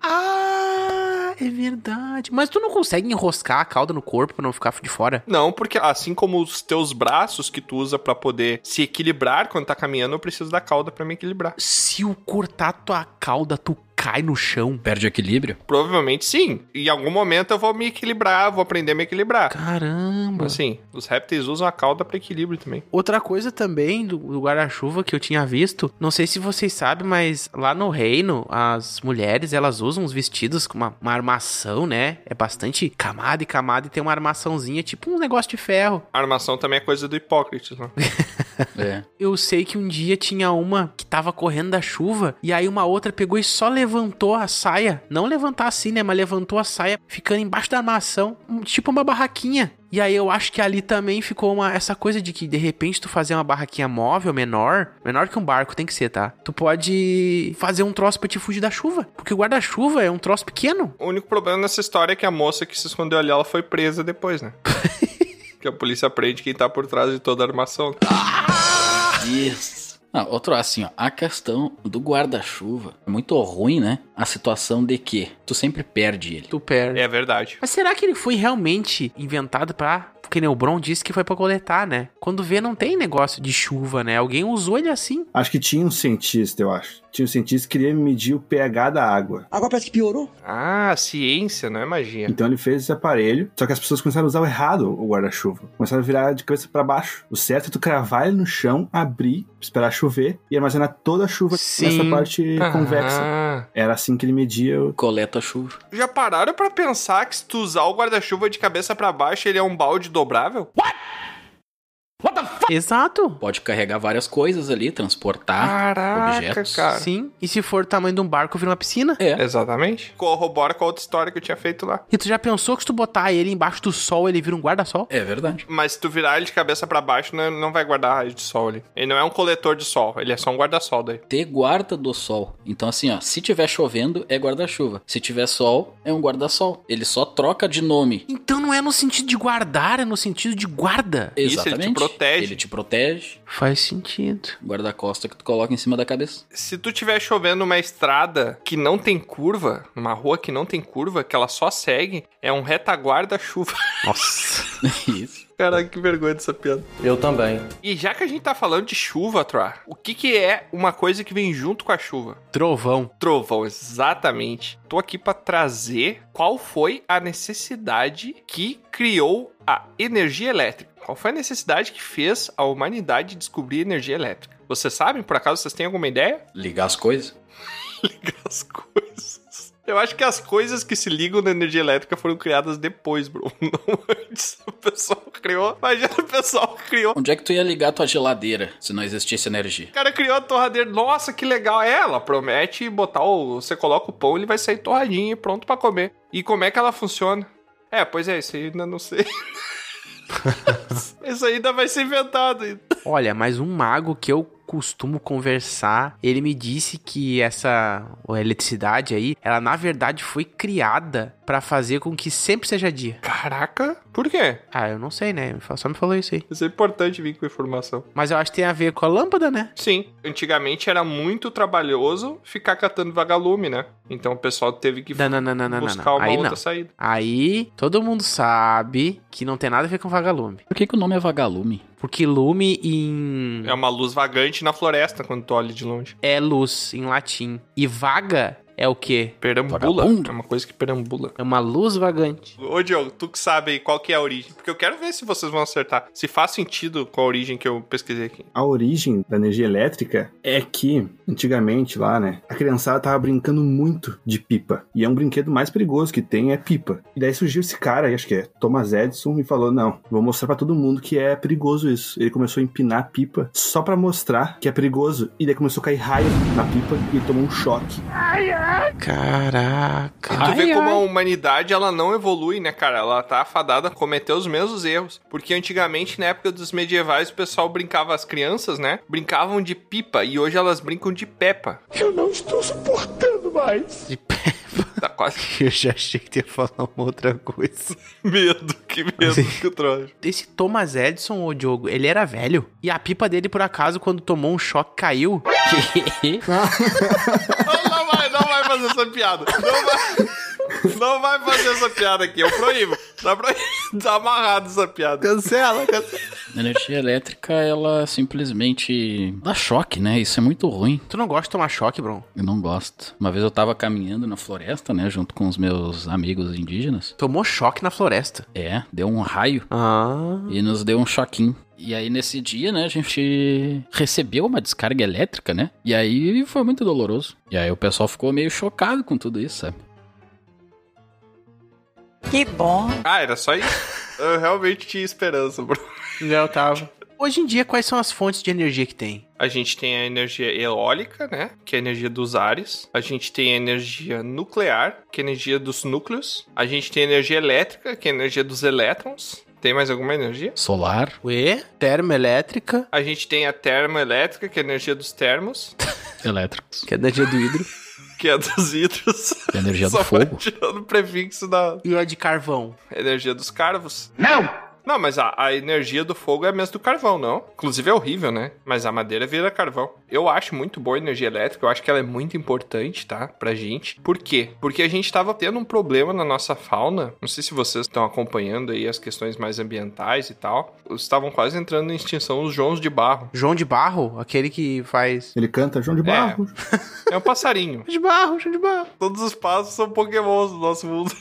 B: Ah, é verdade. Mas tu não consegue enroscar a cauda no corpo pra não ficar de fora?
E: Não, porque assim como os teus braços que tu usa pra poder se equilibrar quando tá caminhando, eu preciso da cauda pra me equilibrar.
B: Se o cortar tua cauda, tu cai no chão.
A: Perde o equilíbrio.
E: Provavelmente sim. Em algum momento eu vou me equilibrar, vou aprender a me equilibrar.
B: Caramba.
E: Assim, os répteis usam a cauda pra equilíbrio também.
B: Outra coisa também do, do guarda-chuva que eu tinha visto, não sei se vocês sabem, mas lá no reino, as mulheres, elas usam uns vestidos com uma, uma armação, né? É bastante camada e camada e tem uma armaçãozinha, tipo um negócio de ferro.
E: A armação também é coisa do Hipócrates, né?
A: É.
B: Eu sei que um dia tinha uma que tava correndo da chuva e aí uma outra pegou e só levantou a saia. Não levantar assim, né? Mas levantou a saia ficando embaixo da armação, um- tipo uma barraquinha. E aí eu acho que ali também ficou uma essa coisa de que de repente tu fazer uma barraquinha móvel menor, menor que um barco tem que ser, tá? Tu pode fazer um troço pra te fugir da chuva, porque o guarda-chuva é um troço pequeno.
E: O único problema nessa história é que a moça que se escondeu ali, ela foi presa depois, né? que a polícia prende quem tá por trás de toda a armação.
A: Isso. Ah, outro assim, ó, a questão do guarda-chuva é muito ruim, né? A situação de que tu sempre perde ele.
B: Tu perde.
E: É verdade.
B: Mas será que ele foi realmente inventado pra que nem o Bron disse que foi pra coletar, né? Quando vê, não tem negócio de chuva, né? Alguém usou ele assim.
H: Acho que tinha um cientista, eu acho. Tinha um cientista que queria medir o pH da água.
O: Agora parece que piorou.
E: Ah, ciência, não é magia.
H: Então ele fez esse aparelho, só que as pessoas começaram a usar o errado o guarda-chuva. Começaram a virar de cabeça pra baixo. O certo é tu cravar ele no chão, abrir, esperar chover e armazenar toda a chuva nessa parte
E: Aham. Ah.
H: convexa. Era assim que ele media o...
S: Coleta a chuva.
E: Já pararam pra pensar que se tu usar o guarda-chuva de cabeça pra baixo, ele é um balde dobrável? What?
B: Exato.
S: Pode carregar várias coisas ali, transportar
E: Ah. Caraca,
S: objetos.
E: cara.
B: Sim. E se for o tamanho de um barco, vira uma piscina.
S: É.
E: Exatamente. Corrobora com a outra história que eu tinha feito lá.
B: E tu já pensou que se tu botar ele embaixo do sol, ele vira um guarda-sol?
S: É verdade.
E: Mas se tu virar ele de cabeça pra baixo, né, não, não vai guardar raio de sol ali. Ele não é um coletor de sol, ele é só um guarda-sol daí.
S: Ter guarda do sol. Então, assim, ó, se tiver chovendo, é guarda-chuva. Se tiver sol, é um guarda-sol. Ele só troca de nome.
B: Então não é no sentido de guardar, é no sentido de guarda.
E: Isso, ele te
S: Exatamente.
E: protege.
S: Ele te protege.
B: Faz sentido.
S: Guarda-costa que tu coloca em cima da cabeça.
E: Se tu tiver chovendo uma estrada que não tem curva, uma rua que não tem curva, que ela só segue, é um retaguarda-chuva.
B: Nossa.
S: Isso.
E: Caraca, que vergonha dessa piada.
D: Eu também.
E: E já que a gente tá falando de chuva, Troá, o que que é uma coisa que vem junto com a chuva?
B: Trovão.
E: Trovão, exatamente. Tô aqui pra trazer qual foi a necessidade que criou a energia elétrica. Qual foi a necessidade que fez a humanidade descobrir energia elétrica? Vocês sabem, por acaso vocês têm alguma ideia?
S: Ligar as coisas.
E: Ligar as coisas. Eu acho que as coisas que se ligam na energia elétrica foram criadas depois, bro. Não antes. O pessoal criou. Imagina o pessoal criou.
S: Onde é que tu ia ligar tua geladeira se não existisse energia?
E: O cara criou a torradeira. Nossa, que legal. É, Ela promete botar o. Você coloca o pão, ele vai sair torradinho e pronto pra comer. E como é que ela funciona? É, pois é, isso aí ainda não sei. isso aí ainda vai ser inventado. ainda.
B: Olha, mas um mago que eu costumo conversar, ele me disse que essa a eletricidade aí, ela na verdade foi criada pra fazer com que sempre seja dia.
E: Caraca, por quê?
B: Ah, eu não sei, né? Só me falou isso aí.
E: Isso é importante vir com informação.
B: Mas eu acho que tem a ver com a lâmpada, né?
E: Sim, antigamente era muito trabalhoso ficar catando vagalume, né? Então o pessoal teve que
B: Não, não, não, não, não, não.
E: buscar
B: não.
E: uma
B: Aí
E: outra
B: não.
E: saída.
B: Aí todo mundo sabe que não tem nada a ver com vagalume.
S: Por que, que o nome é vagalume?
B: Porque lume em.
E: É uma luz vagante na floresta quando tu olha de longe.
B: é luz em latim. E vaga é o quê?
E: Perambula.
S: Vagabundo.
E: É uma coisa que perambula.
B: É uma luz vagante.
E: Ô, Diogo, tu que sabe aí qual que é a origem. Porque eu quero ver se vocês vão acertar. Se faz sentido com a origem que eu pesquisei aqui.
H: A origem da energia elétrica é que, antigamente lá, né, a criançada tava brincando muito de pipa. E é um brinquedo mais perigoso que tem, é pipa. E daí surgiu esse cara aí, acho que é Thomas Edison, e falou: Não, vou mostrar pra todo mundo que é perigoso isso. Ele começou a empinar a pipa só pra mostrar que é perigoso. E daí começou a cair raio na pipa e ele tomou um choque.
B: Caraca.
E: E tu vê como a humanidade, ela não evolui, né, cara? Ela tá afadada a cometer os mesmos erros. Porque antigamente, na época dos medievais, o pessoal brincava, as crianças, né? Brincavam de pipa e hoje elas brincam de pepa.
B: De pé.
E: Tá quase
B: Eu já achei que ia falar uma outra coisa.
E: medo, que medo que trouxe.
B: Esse Thomas Edison, ô Diogo, ele era velho. E a pipa dele, por acaso, quando tomou um choque, caiu.
E: Não, não vai, não vai fazer essa piada. Não vai. Não vai fazer essa piada aqui, eu proíbo. Tá proibido, tá amarrado essa piada.
B: Cancela, cancela.
S: A energia elétrica, ela simplesmente dá choque, né? Isso é muito ruim.
B: Tu não gosta de tomar choque, Bron?
S: Eu não gosto. Uma vez eu tava caminhando na floresta, né? Junto com os meus amigos indígenas.
B: Tomou choque na floresta.
S: É, deu um raio
B: Ah.
S: e nos deu um choquinho. E aí, nesse dia, né, a gente recebeu uma descarga elétrica, né? E aí foi muito doloroso. E aí o pessoal ficou meio chocado com tudo isso, sabe?
T: Que bom.
E: Ah, era só isso? Eu realmente tinha esperança, bro.
B: Já eu tava. Hoje em dia, quais são as fontes de energia que tem?
E: A gente tem a energia eólica, né? Que é a energia dos ares. A gente tem a energia nuclear, que é a energia dos núcleos. A gente tem a energia elétrica, que é a energia dos elétrons. Tem mais alguma energia?
S: Solar.
B: Ué? Termoelétrica.
E: A gente tem a termoelétrica, que é a energia dos termos,
S: Elétricos.
B: Que é energia do hidro.
E: que é dos hidros.
S: Que é a energia do
E: Só vai
S: fogo.
E: tirando o prefixo da
B: E a de carvão.
E: energia dos carvos.
G: Não!
E: Não, mas a, a energia do fogo é a mesma do carvão, não? Inclusive é horrível, né? Mas a madeira vira carvão. Eu acho muito boa a energia elétrica, eu acho que ela é muito importante, tá? Pra gente. Por quê? Porque a gente tava tendo um problema na nossa fauna. Não sei se vocês estão acompanhando aí as questões mais ambientais e tal. Estavam quase entrando em extinção os Joãos de Barro.
B: João de Barro? Aquele que faz.
H: Ele canta João de Barro.
E: É, é um passarinho.
B: De barro, de barro.
E: Todos os passos são pokémons do nosso mundo.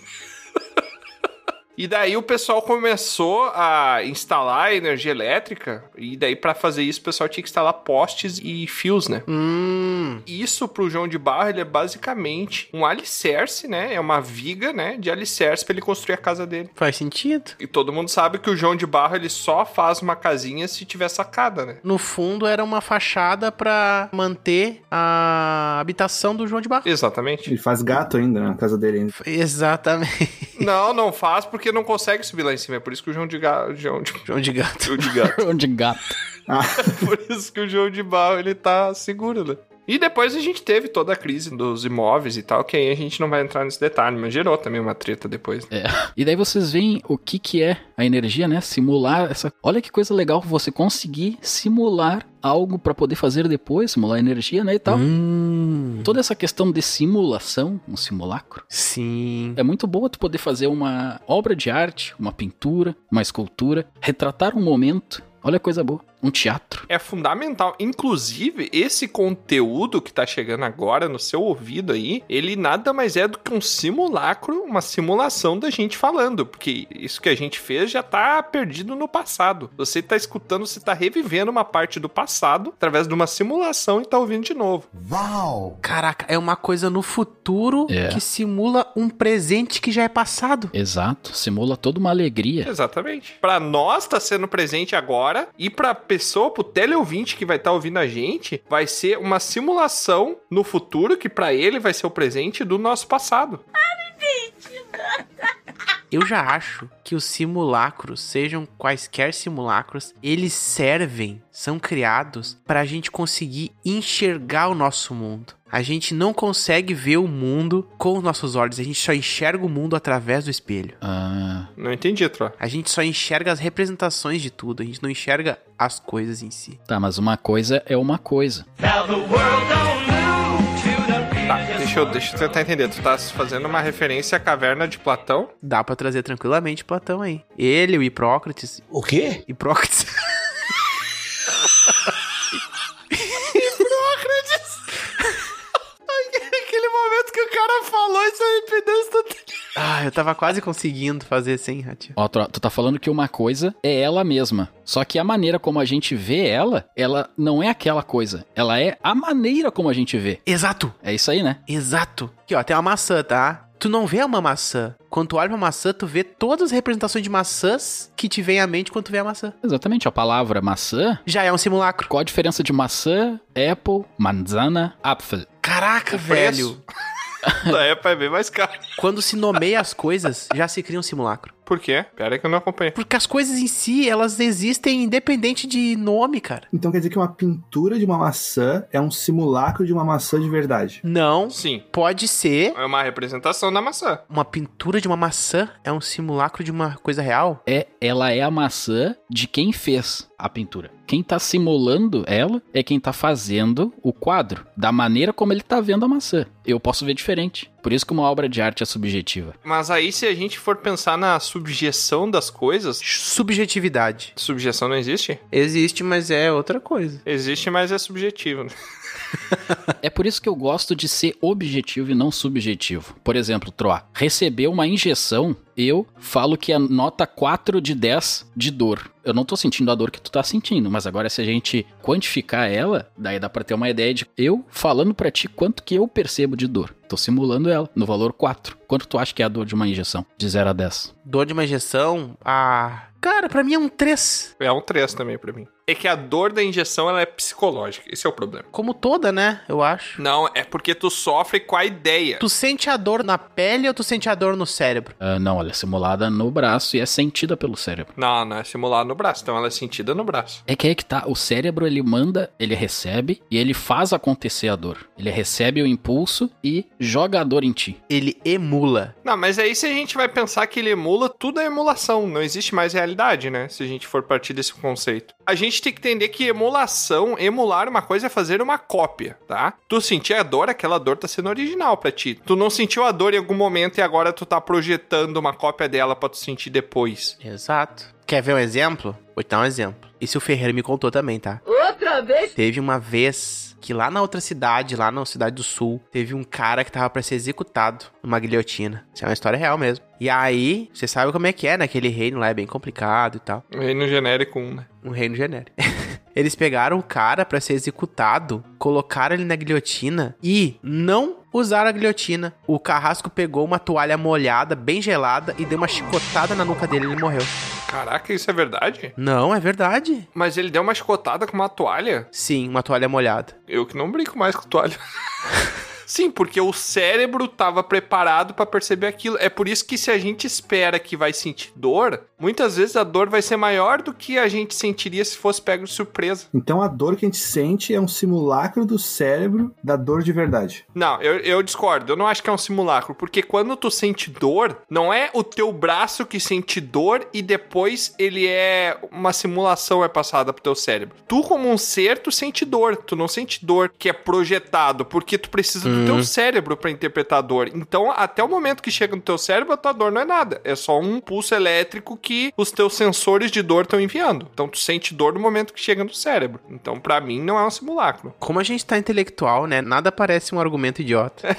E: E daí o pessoal começou a instalar energia elétrica, e daí para fazer isso o pessoal tinha que instalar postes e fios, né?
B: Hum.
E: Isso pro João de Barro, ele é basicamente um alicerce, né? É uma viga, né, de alicerce pra ele construir a casa dele.
B: Faz sentido.
E: E todo mundo sabe que o João de Barro, ele só faz uma casinha se tiver sacada, né?
B: No fundo era uma fachada pra manter a habitação do João de Barro.
E: Exatamente.
H: Ele faz gato ainda né, na casa dele. Ainda.
B: Exatamente.
E: Não, não faz porque não consegue subir lá em cima. É por isso que o João de Gato. João de,
B: João de gato.
E: João de Gato.
A: Onde gato.
E: por isso que o João de Barro ele tá seguro, né? E depois a gente teve toda a crise dos imóveis e tal, que aí a gente não vai entrar nesse detalhe, mas gerou também uma treta depois. né?
A: É. E daí vocês veem o que que é a energia, né? Simular essa. Olha que coisa legal você conseguir simular algo pra poder fazer depois, simular energia, né, e tal.
B: Hum.
A: Toda essa questão de simulação, um simulacro,
B: Sim.
A: é muito boa tu poder fazer uma obra de arte, uma pintura, uma escultura, retratar um momento. Olha que coisa boa. Um teatro.
E: É fundamental. Inclusive, esse conteúdo que tá chegando agora no seu ouvido aí, ele nada mais é do que um simulacro, uma simulação da gente falando. Porque isso que a gente fez já tá perdido no passado. Você tá escutando, você tá revivendo uma parte do passado através de uma simulação e tá ouvindo de novo.
U: Uau!
B: Caraca, é uma coisa no futuro
A: É.
B: que simula um presente que já é passado.
A: Exato. Simula toda uma alegria.
E: Exatamente. Pra nós tá sendo presente agora e pra pessoa, pro teleouvinte que vai estar ouvindo a gente, vai ser uma simulação no futuro que pra ele vai ser o presente do nosso passado.
B: Eu já acho que os simulacros, sejam quaisquer simulacros, eles servem, são criados para a gente conseguir enxergar o nosso mundo. A gente não consegue ver o mundo com os nossos olhos, a gente só enxerga o mundo através do espelho.
A: Ah,
E: Não entendi, Tro.
B: A gente só enxerga as representações de tudo, a gente não enxerga as coisas em si.
A: tá, mas uma coisa é uma coisa.
E: Tá, deixa eu, deixa eu tentar entender. Tu tá fazendo uma referência à caverna de Platão?
B: Dá pra trazer tranquilamente Platão aí. Ele, o Hipócrates.
V: O quê?
B: Hipócrates.
E: Aquele momento que o cara falou isso arrependeu
B: Ah, eu tava quase conseguindo fazer sem, Ratinho.
A: Ó, Tro, tu tá falando que uma coisa é ela mesma. Só que a maneira como a gente vê ela, ela não é aquela coisa. Ela é a maneira como a gente vê.
B: Exato!
A: É isso aí, né?
B: Exato. Aqui, ó, tem uma maçã, tá? Tu não vê uma maçã. Quando tu olha pra maçã, tu vê todas as representações de maçãs que te vem à mente quando tu vê a maçã.
A: Exatamente. A palavra maçã.
B: Já é um simulacro.
A: Qual a diferença de maçã, apple, manzana, apfel?
B: Caraca, velho.
E: Da época é bem mais caro.
B: Quando se nomeia as coisas, já se cria um simulacro.
E: Por quê? Pera aí que eu não acompanhei.
B: Porque as coisas em si, elas existem independente de nome, cara.
H: Então quer dizer que uma pintura de uma maçã é um simulacro de uma maçã de verdade.
B: Não
E: Sim.
B: pode ser
E: É uma representação da maçã.
B: uma pintura de uma maçã é um simulacro de uma coisa real.
A: É, ela é a maçã de quem fez a pintura. Quem tá simulando ela é quem tá fazendo o quadro, da maneira como ele tá vendo a maçã. Eu posso ver diferente. Por isso que uma obra de arte é subjetiva.
E: Mas aí, se a gente for pensar na subjeção das coisas.
B: Subjetividade.
E: Subjeção não existe?
B: Existe, mas é outra coisa.
E: Existe, mas é subjetivo. né?
A: É por isso que eu gosto de ser objetivo e não subjetivo. Por exemplo, Troa, receber uma injeção, eu falo que é nota 4 de 10 de dor. Eu não tô sentindo a dor que tu tá sentindo, mas agora se a gente quantificar ela, daí dá pra ter uma ideia de eu falando pra ti quanto que eu percebo de dor. Tô simulando ela no valor 4. Quanto tu acha que é a dor de uma injeção? De 0 a 10.
B: Dor de uma injeção, ah... Cara, pra mim é um 3.
E: É um 3 também pra mim. É que a dor da injeção ela é psicológica. Esse é o problema.
B: Como toda, né? Eu acho.
E: Não, é porque tu sofre com a ideia.
B: Tu sente a dor na pele ou tu sente a dor no cérebro?
A: Ah, não, ela é simulada no braço e é sentida pelo cérebro.
E: Não, não é simulado no braço. Então ela é sentida no braço.
A: É que aí que tá, o cérebro ele manda, ele recebe e ele faz acontecer a dor. Ele recebe o impulso e joga a dor em ti.
B: Ele emula.
E: Não, mas aí se a gente vai pensar que ele emula, tudo é emulação. Não existe mais realidade, né? Se a gente for partir desse conceito. A gente tem que entender que emulação, emular uma coisa é fazer uma cópia, tá? Tu sentir a dor, aquela dor tá sendo original pra ti. Tu não sentiu a dor em algum momento e agora tu tá projetando uma cópia dela pra tu sentir depois.
B: Exato. Quer ver um exemplo? Vou te dar um exemplo. Isso o Ferreira me contou também, tá?
C: Outra vez?
B: Teve uma vez que lá na outra cidade, lá na cidade do sul, teve um cara que tava pra ser executado numa guilhotina. Isso é uma história real mesmo. E aí, você sabe como é que é, naquele reino lá é bem complicado e tal.
E: Reino genérico 1, né?
B: Um reino genérico. Eles pegaram o cara para ser executado, colocaram ele na guilhotina e não usaram a guilhotina. O carrasco pegou uma toalha molhada, bem gelada, e deu uma chicotada na nuca dele e ele morreu.
E: Caraca, isso é verdade?
B: Não, é verdade.
E: Mas ele deu uma chicotada com uma toalha?
B: Sim, uma toalha molhada.
E: Eu que não brinco mais com toalha. Sim, porque o cérebro estava preparado para perceber aquilo. É por isso que se a gente espera que vai sentir dor, muitas vezes a dor vai ser maior do que a gente sentiria se fosse pego de surpresa.
H: Então a dor que a gente sente é um simulacro do cérebro da dor de verdade.
E: Não, eu, eu discordo. Eu não acho que é um simulacro, porque quando tu sente dor, não é o teu braço que sente dor e depois ele é uma simulação é passada pro teu cérebro. Tu como um ser, tu sente dor. Tu não sente dor que é projetado, porque tu precisa hum teu cérebro para interpretar a dor. Então, até o momento que chega no teu cérebro, a tua dor não é nada. É só um pulso elétrico que os teus sensores de dor estão enviando. Então, tu sente dor no momento que chega no cérebro. Então, para mim, não é um simulacro.
B: Como a gente tá intelectual, né? Nada parece um argumento idiota.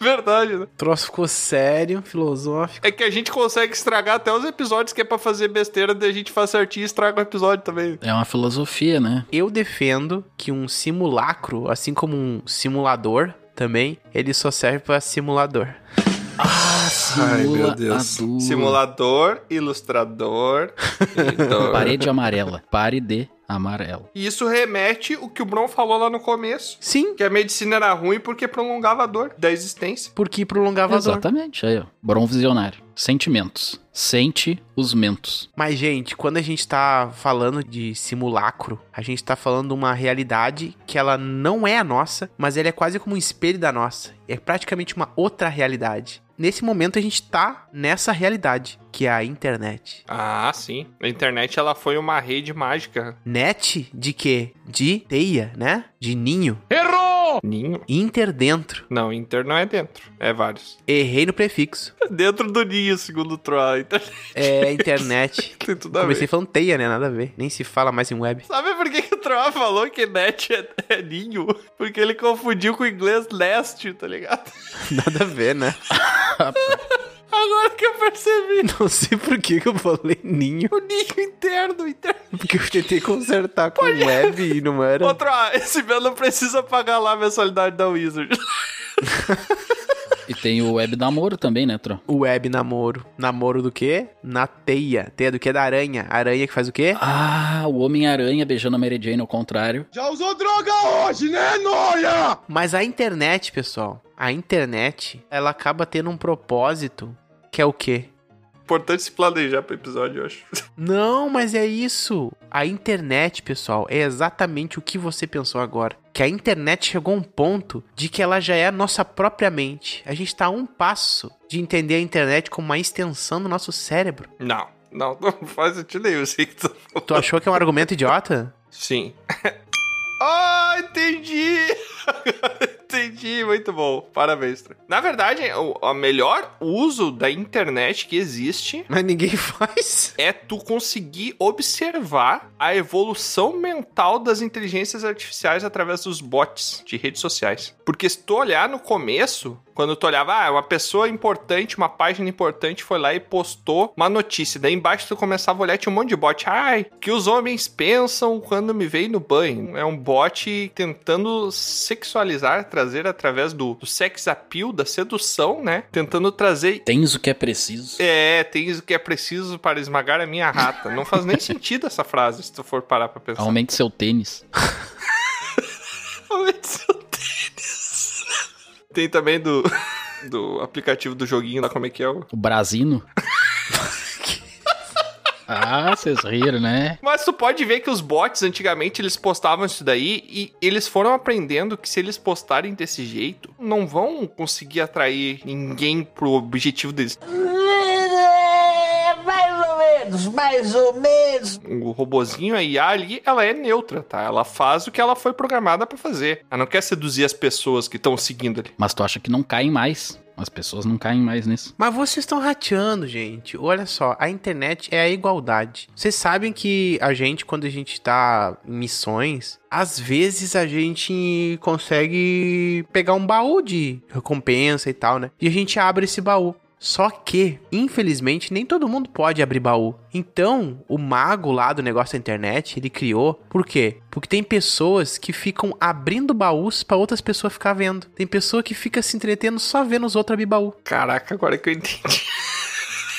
E: Verdade, né? O
B: troço ficou sério, filosófico.
E: É que a gente consegue estragar até os episódios que é pra fazer besteira, daí a gente faz certinho e estraga o episódio também.
S: É uma filosofia, né?
B: Eu defendo que um simulacro, assim como um simulador, também, ele só serve para simulador.
E: Ah, simulador. Ai, meu Deus. Simulador, ilustrador, editor.
S: Parede amarela. Pare de amarelo.
E: E isso remete o que o Bron falou lá no começo.
B: Sim.
E: Que a medicina era ruim porque prolongava a dor da existência.
B: Porque prolongava
S: Exatamente. a dor. Exatamente. Aí, ó. Bron visionário. Sentimentos. Sente os mentos.
B: Mas, gente, quando a gente tá falando de simulacro, a gente tá falando de uma realidade que ela não é a nossa, mas ela é quase como um espelho da nossa. É praticamente uma outra realidade nesse momento a gente tá nessa realidade, que é a internet.
E: Ah, sim. A internet ela foi uma rede mágica.
B: Net de quê? De teia, né? De ninho.
E: Errou! Ninho?
B: Inter dentro.
E: Não, inter não é dentro. É vários.
B: Errei no prefixo.
E: dentro do ninho, segundo o Troy. Internet.
B: É, internet.
E: Tem tudo a
B: Comecei
E: ver.
B: falando teia, né? Nada a ver. Nem se fala mais em web.
E: Sabe por que, que o Troy falou que net é, é ninho? Porque ele confundiu com o inglês leste, tá ligado?
B: Nada a ver, né?
E: Agora que eu percebi.
B: Não sei por que, que eu falei ninho.
E: O ninho interno, interno.
B: Porque eu tentei consertar com Olha. web e não era.
E: Outra, esse belo precisa pagar lá a mensalidade da Wizard.
S: E tem o web namoro também, né, Tro?
B: O web namoro. Namoro do quê? Na teia. Teia do quê? Da aranha. Aranha que faz o quê?
S: Ah, o Homem-Aranha beijando a Mary Jane ao contrário.
G: Já usou droga hoje, né, Noia?
B: Mas a internet, pessoal, a internet, ela acaba tendo um propósito que é o quê?
E: Importante se planejar pro episódio, eu acho.
B: Não, mas é isso. A internet, pessoal, é exatamente o que você pensou agora que a internet chegou a um ponto de que ela já é a nossa própria mente. A gente está a um passo de entender a internet como uma extensão do nosso cérebro.
E: Não, não, não faz sentido nenhum. Sei que
B: tu... tu achou que é um argumento idiota?
E: Sim. Ah, oh, entendi! entendi, muito bom. Parabéns. Na verdade, o, o melhor uso da internet que existe.
B: Mas ninguém faz.
E: É tu conseguir observar a evolução mental das inteligências artificiais através dos bots de redes sociais. Porque se tu olhar no começo, quando tu olhava, ah, uma pessoa importante, uma página importante foi lá e postou uma notícia. Daí embaixo tu começava a olhar, tinha um monte de bot. Ai, que os homens pensam quando me veem no banho. É um bot tentando sexualizar, trazer através do, do sex appeal, da sedução, né? Tentando trazer.
S: Tens o que é preciso.
E: É, tens o que é preciso para esmagar a minha rata. Não faz nem sentido essa frase, se tu for parar pra pensar.
S: Aumente seu tênis.
E: Aumente seu tem também do, do aplicativo do joguinho lá, como é que é? O,
S: o Brasino? ah, vocês riram, né?
E: Mas tu pode ver que os bots, antigamente, eles postavam isso daí e eles foram aprendendo que se eles postarem desse jeito, não vão conseguir atrair ninguém pro objetivo deles.
T: menos, mais ou menos.
E: O robozinho, a IA ali, ela é neutra, tá? Ela faz o que ela foi programada para fazer. Ela não quer seduzir as pessoas que estão seguindo ali.
S: Mas tu acha que não caem mais? As pessoas não caem mais nisso.
B: Mas vocês estão rateando, gente. Olha só, a internet é a igualdade. Vocês sabem que a gente, quando a gente tá em missões, às vezes a gente consegue pegar um baú de recompensa e tal, né? E a gente abre esse baú. Só que, infelizmente, nem todo mundo pode abrir baú. Então, o mago lá do negócio da internet, ele criou. Por quê? Porque tem pessoas que ficam abrindo baús para outras pessoas ficar vendo. Tem pessoa que fica se entretendo só vendo os outros abrir baú.
E: Caraca, agora que eu entendi.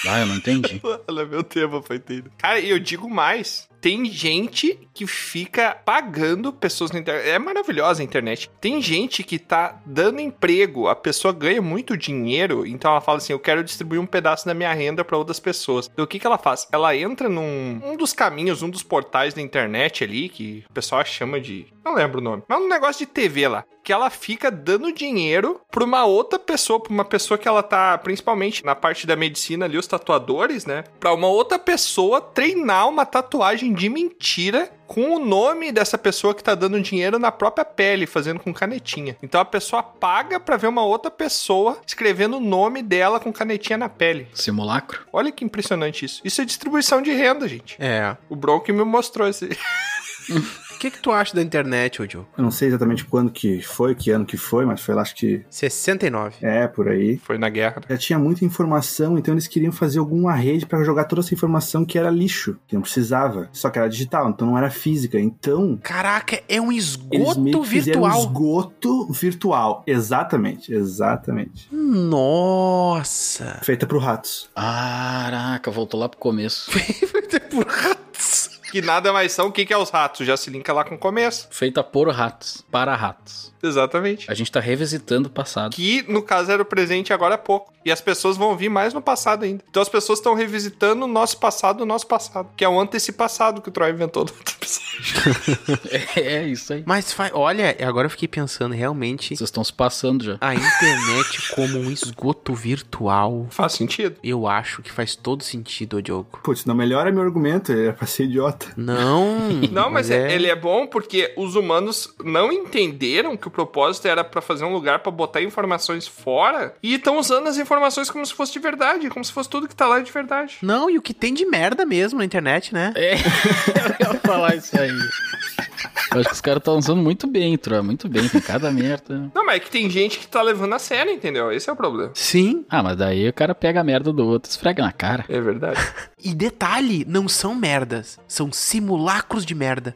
S: Ah, eu não entendi.
E: Ela é meu tema pra entender. Cara, eu digo mais. Tem gente que fica pagando pessoas na internet. É maravilhosa a internet. Tem gente que tá dando emprego. A pessoa ganha muito dinheiro. Então ela fala assim: eu quero distribuir um pedaço da minha renda para outras pessoas. Então o que, que ela faz? Ela entra num um dos caminhos, um dos portais da internet ali, que o pessoal chama de. Não lembro o nome. Mas um negócio de TV lá. Que ela fica dando dinheiro pra uma outra pessoa, pra uma pessoa que ela tá, principalmente na parte da medicina ali, os tatuadores, né? Pra uma outra pessoa treinar uma tatuagem de mentira com o nome dessa pessoa que tá dando dinheiro na própria pele, fazendo com canetinha. Então a pessoa paga pra ver uma outra pessoa escrevendo o nome dela com canetinha na pele.
S: Simulacro.
E: Olha que impressionante isso. Isso é distribuição de renda, gente.
B: É.
E: O Bronco me mostrou esse.
B: O que, que tu acha da internet, Odio?
H: Eu não sei exatamente quando que foi, que ano que foi, mas foi lá acho que.
B: 69.
H: É, por aí.
E: Foi na guerra. né?
H: Já tinha muita informação, então eles queriam fazer alguma rede para jogar toda essa informação que era lixo, que não precisava. Só que era digital, então não era física. Então.
B: Caraca, é um esgoto virtual.
H: Um esgoto virtual. Exatamente, exatamente.
B: Nossa!
H: Feita pro ratos.
S: Caraca, voltou lá pro começo.
B: Feita pro ratos
E: que nada mais são. O que, que é os ratos? Já se linka lá com o começo.
S: Feita por ratos, para ratos.
E: Exatamente.
S: A gente tá revisitando o passado.
E: Que, no caso, era o presente agora há pouco. E as pessoas vão vir mais no passado ainda. Então as pessoas estão revisitando o nosso passado, o nosso passado. Que é o antecipassado que o Troy inventou do outro
S: é, é isso aí.
B: Mas olha, agora eu fiquei pensando, realmente.
S: Vocês estão se passando já.
B: A internet como um esgoto virtual.
E: Faz sentido.
B: Eu acho que faz todo sentido, Diogo.
H: Putz, não melhora meu argumento, é pra ser idiota.
B: Não.
E: não, mas é... ele é bom porque os humanos não entenderam que o propósito era para fazer um lugar para botar informações fora e estão usando as informações como se fosse de verdade, como se fosse tudo que tá lá de verdade.
B: Não, e o que tem de merda mesmo na internet, né?
S: É, eu ia falar isso aí. Eu acho que os caras estão usando muito bem, Tro. Muito bem, com cada merda.
E: Não, mas é que tem gente que tá levando a sério, entendeu? Esse é o problema.
B: Sim.
S: Ah, mas daí o cara pega a merda do outro, esfrega na cara.
E: É verdade.
B: e detalhe, não são merdas. São simulacros de merda.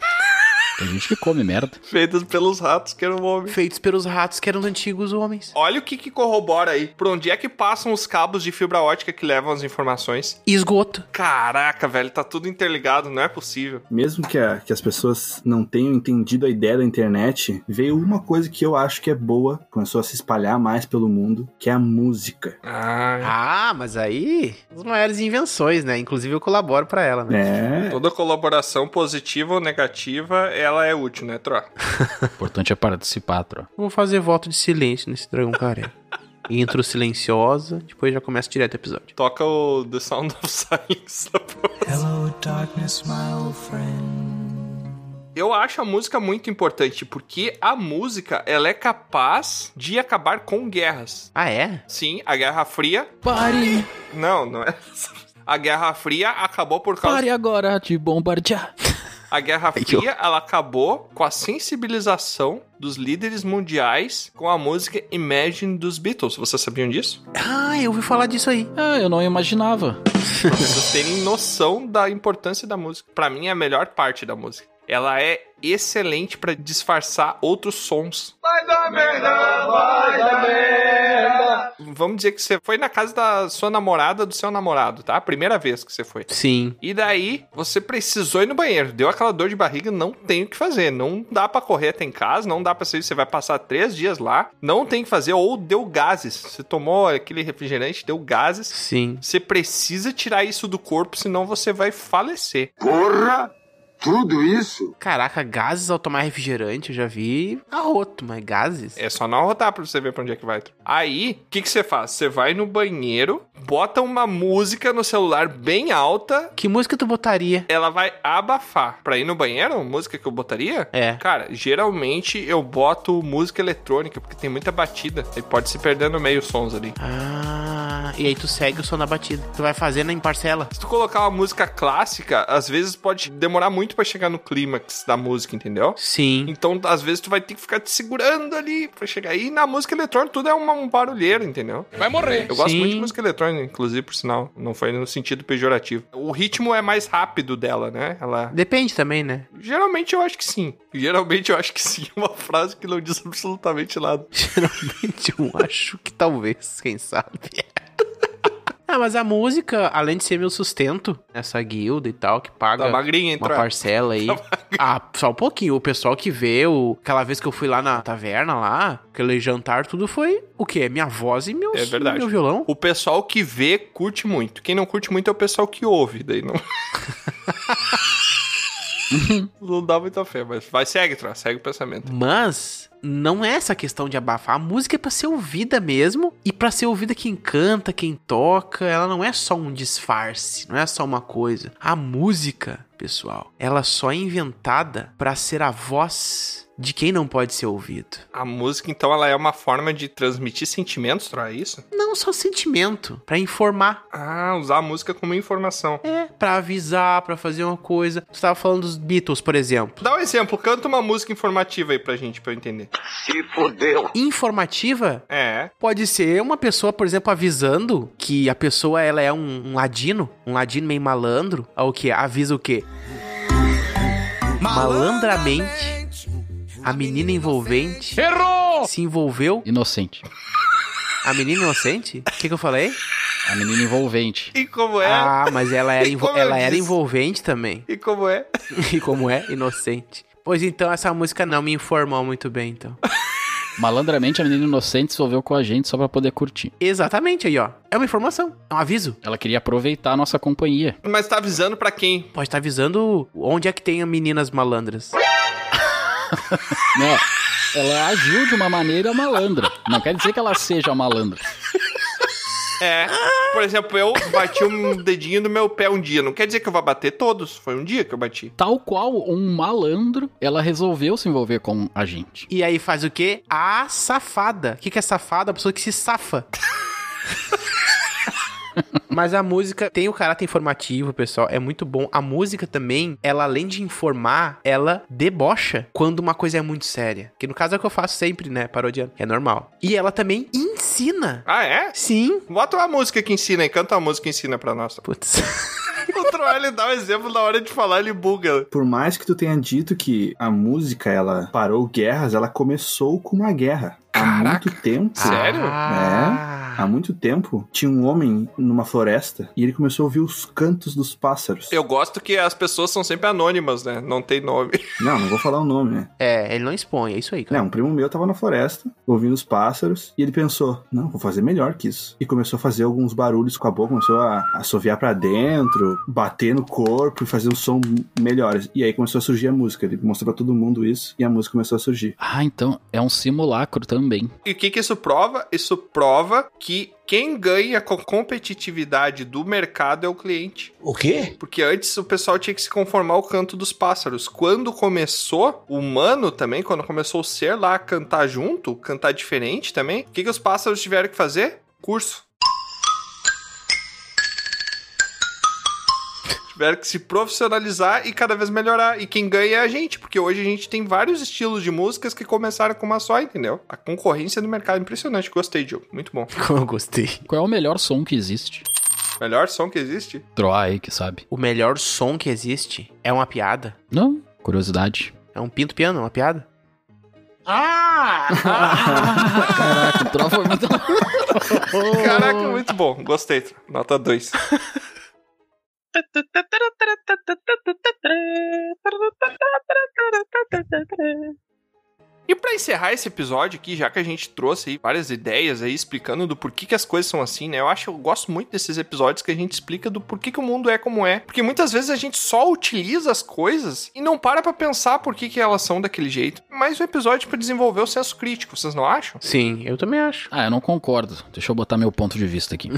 S: Tem gente que come merda.
E: Feitos pelos ratos que eram homens.
B: Feitos pelos ratos que eram antigos homens.
E: Olha o que, que corrobora aí. Por onde é que passam os cabos de fibra ótica que levam as informações?
B: Esgoto.
E: Caraca, velho, tá tudo interligado, não é possível.
H: Mesmo que, a, que as pessoas não tenham entendido a ideia da internet, veio uma coisa que eu acho que é boa, começou a se espalhar mais pelo mundo, que é a música.
B: Ah, ah mas aí. As maiores invenções, né? Inclusive eu colaboro para ela,
H: né?
E: É. Toda colaboração positiva ou negativa é ela é útil, né, Tro?
S: O importante é participar, Tro.
B: Vou fazer voto de silêncio nesse dragão careca. Intro silenciosa, depois já começa direto o episódio.
E: Toca o The Sound of Silence. Hello, darkness, my old friend. Eu acho a música muito importante porque a música ela é capaz de acabar com guerras.
B: Ah, é?
E: Sim, a Guerra Fria.
S: Pare!
E: Não, não é. A Guerra Fria acabou por causa.
S: Pare agora de bombardear!
E: A Guerra Fria, ela acabou com a sensibilização dos líderes mundiais com a música Imagine dos Beatles. Vocês sabiam disso?
B: Ah, eu ouvi falar disso aí.
S: Ah, eu não imaginava.
E: Pra vocês terem noção da importância da música. Para mim, é a melhor parte da música. Ela é excelente para disfarçar outros sons.
G: Vai dar merda, vai dar merda.
E: Vamos dizer que você foi na casa da sua namorada, do seu namorado, tá? A primeira vez que você foi.
B: Sim.
E: E daí, você precisou ir no banheiro. Deu aquela dor de barriga, não tem o que fazer. Não dá para correr até em casa, não dá pra sair. Você vai passar três dias lá, não tem o que fazer. Ou deu gases. Você tomou aquele refrigerante, deu gases.
B: Sim.
E: Você precisa tirar isso do corpo, senão você vai falecer.
G: Corra! Tudo isso?
B: Caraca, gases ao tomar refrigerante, eu já vi arroto, mas gases.
E: É só não arrotar pra você ver pra onde é que vai. Aí, o que, que você faz? Você vai no banheiro, bota uma música no celular bem alta.
B: Que música tu botaria?
E: Ela vai abafar. Pra ir no banheiro, música que eu botaria?
B: É.
E: Cara, geralmente eu boto música eletrônica, porque tem muita batida. E pode se perder no meio os sons ali.
B: Ah, e aí tu segue o som da batida. Tu vai fazendo em parcela.
E: Se tu colocar uma música clássica, às vezes pode demorar muito pra chegar no clímax da música, entendeu?
B: Sim.
E: Então, às vezes, tu vai ter que ficar te segurando ali pra chegar. E na música eletrônica, tudo é uma- um barulheiro, entendeu?
O: Vai morrer.
E: Eu gosto
B: Sim.
E: muito de música eletrônica, inclusive, por sinal. Não foi no sentido pejorativo. O ritmo é mais rápido dela, né? Ela.
B: Depende também, né?
E: Geralmente eu acho que sim. Geralmente eu acho que sim. Uma frase que não diz absolutamente nada.
O: Tá
B: Geralmente eu acho que talvez, quem sabe. Ah, mas a música, além de ser meu sustento, essa guilda e tal, que paga
E: Tá magrinha, hein,
B: uma
E: Troia?
B: parcela aí. ah, só um pouquinho. O pessoal que vê, o... aquela vez que eu fui lá na taverna lá, aquele jantar, tudo foi o quê? Minha voz e meus,
E: É verdade.
B: meu violão.
E: O pessoal que vê curte muito. Quem não curte muito é o pessoal que ouve. Daí não. não dá muita fé, mas vai, segue, Troia. Segue o pensamento.
B: Mas não é essa questão de abafar. A música é pra ser ouvida mesmo e pra ser ouvida quem canta, quem toca. Ela não é só um disfarce, não é só uma coisa. A música, pessoal, ela só é inventada pra ser a voz de quem não pode ser ouvido.
E: A música, então, ela é uma forma de transmitir sentimentos, Troia, é isso?
B: Não só sentimento, pra informar.
E: Ah, usar a música como informação.
B: É, pra avisar, pra fazer uma coisa. Tu tava falando dos Beatles, por exemplo.
E: Dá um exemplo, canta uma música informativa aí pra gente, pra eu entender.
J: Se fodeu.
B: Informativa
E: É.
B: Pode ser uma pessoa, por exemplo, avisando que a pessoa ela é um, um ladino, um ladino meio malandro, ao que avisa o quê? Malandramente, a menina envolvente
O: Errou!
B: se envolveu.
S: Inocente.
B: A menina inocente? O que, que eu falei?
S: A menina envolvente.
E: E como é?
B: Ah, mas ela era, envo-
E: Como eu
B: ela era
E: disse.
B: envolvente também.
E: E como é?
B: E como é? Inocente. Pois então, essa música não me informou muito bem, então.
S: Malandramente, a menina inocente se envolveu com a gente só pra poder curtir.
B: Exatamente aí, ó. É uma informação, é um aviso.
S: Ela queria aproveitar a nossa companhia.
E: Mas tá avisando pra quem?
B: Pode estar avisando onde é que tem meninas malandras.
S: Né? Ela agiu de uma maneira malandra. Não quer dizer que ela seja malandra.
E: É. Por exemplo, eu bati um dedinho no meu pé um dia. Não quer dizer que eu vá bater todos. Foi um dia que eu bati.
S: Tal qual um malandro, ela resolveu se envolver com a gente.
B: E aí faz o quê? A safada. O que, que é safada? A pessoa que se safa. Mas a música tem o caráter informativo, pessoal. É muito bom. A música também, ela além de informar, ela debocha quando uma coisa é muito séria. Que no caso é o que eu faço sempre, né? Parodiando. É normal. E ela também ensina.
E: Ah, é?
B: Sim.
E: Bota uma música que ensina e canta uma música que ensina pra nós.
B: Putz.
E: O Troy, ele dá um exemplo na hora de falar, ele buga.
H: Por mais que tu tenha dito que a música ela parou guerras, ela começou com uma guerra. Há muito tempo.
E: Sério?
B: Ah.
H: É. Há muito tempo tinha um homem numa floresta e ele começou a ouvir os cantos dos pássaros.
E: Eu gosto que as pessoas são sempre anônimas, né? Não tem nome.
H: Não, não vou falar o nome, né?
B: É, ele não expõe. É isso aí, cara.
H: Não, um primo meu tava na floresta, ouvindo os pássaros, e ele pensou, não, vou fazer melhor que isso. E começou a fazer alguns barulhos com a boca, começou a assoviar pra dentro, bater no corpo e fazer um som melhor. E aí começou a surgir a música, ele mostrou pra todo mundo isso, e a música começou a surgir.
S: Ah, então é um simulacro também.
E: E o que, que isso prova? Isso prova que quem ganha com a competitividade do mercado é o cliente.
O: O quê?
E: Porque antes o pessoal tinha que se conformar ao canto dos pássaros. Quando começou o humano também, quando começou o ser lá a cantar junto, cantar diferente também, o que, que os pássaros tiveram que fazer? Curso. Tiveram que se profissionalizar e cada vez melhorar. E quem ganha é a gente, porque hoje a gente tem vários estilos de músicas que começaram com uma só, entendeu? A concorrência do mercado é impressionante. Gostei, Diogo. Muito bom.
B: Como eu gostei.
S: Qual é o melhor som que existe?
E: Melhor som que existe?
S: Troar aí, que sabe.
B: O melhor som que existe é uma piada.
S: Não, curiosidade.
B: É um pinto piano, uma piada.
S: Caraca, o Troá foi muito...
E: Caraca, muito bom. Gostei. Nota 2. E para encerrar esse episódio aqui, já que a gente trouxe aí várias ideias aí explicando do porquê que as coisas são assim, né? Eu acho eu gosto muito desses episódios que a gente explica do porquê que o mundo é como é, porque muitas vezes a gente só utiliza as coisas e não para para pensar por que que elas são daquele jeito. Mas o episódio para desenvolver o senso crítico, vocês não acham?
B: Sim, eu também acho.
S: Ah, eu não concordo. Deixa eu botar meu ponto de vista aqui.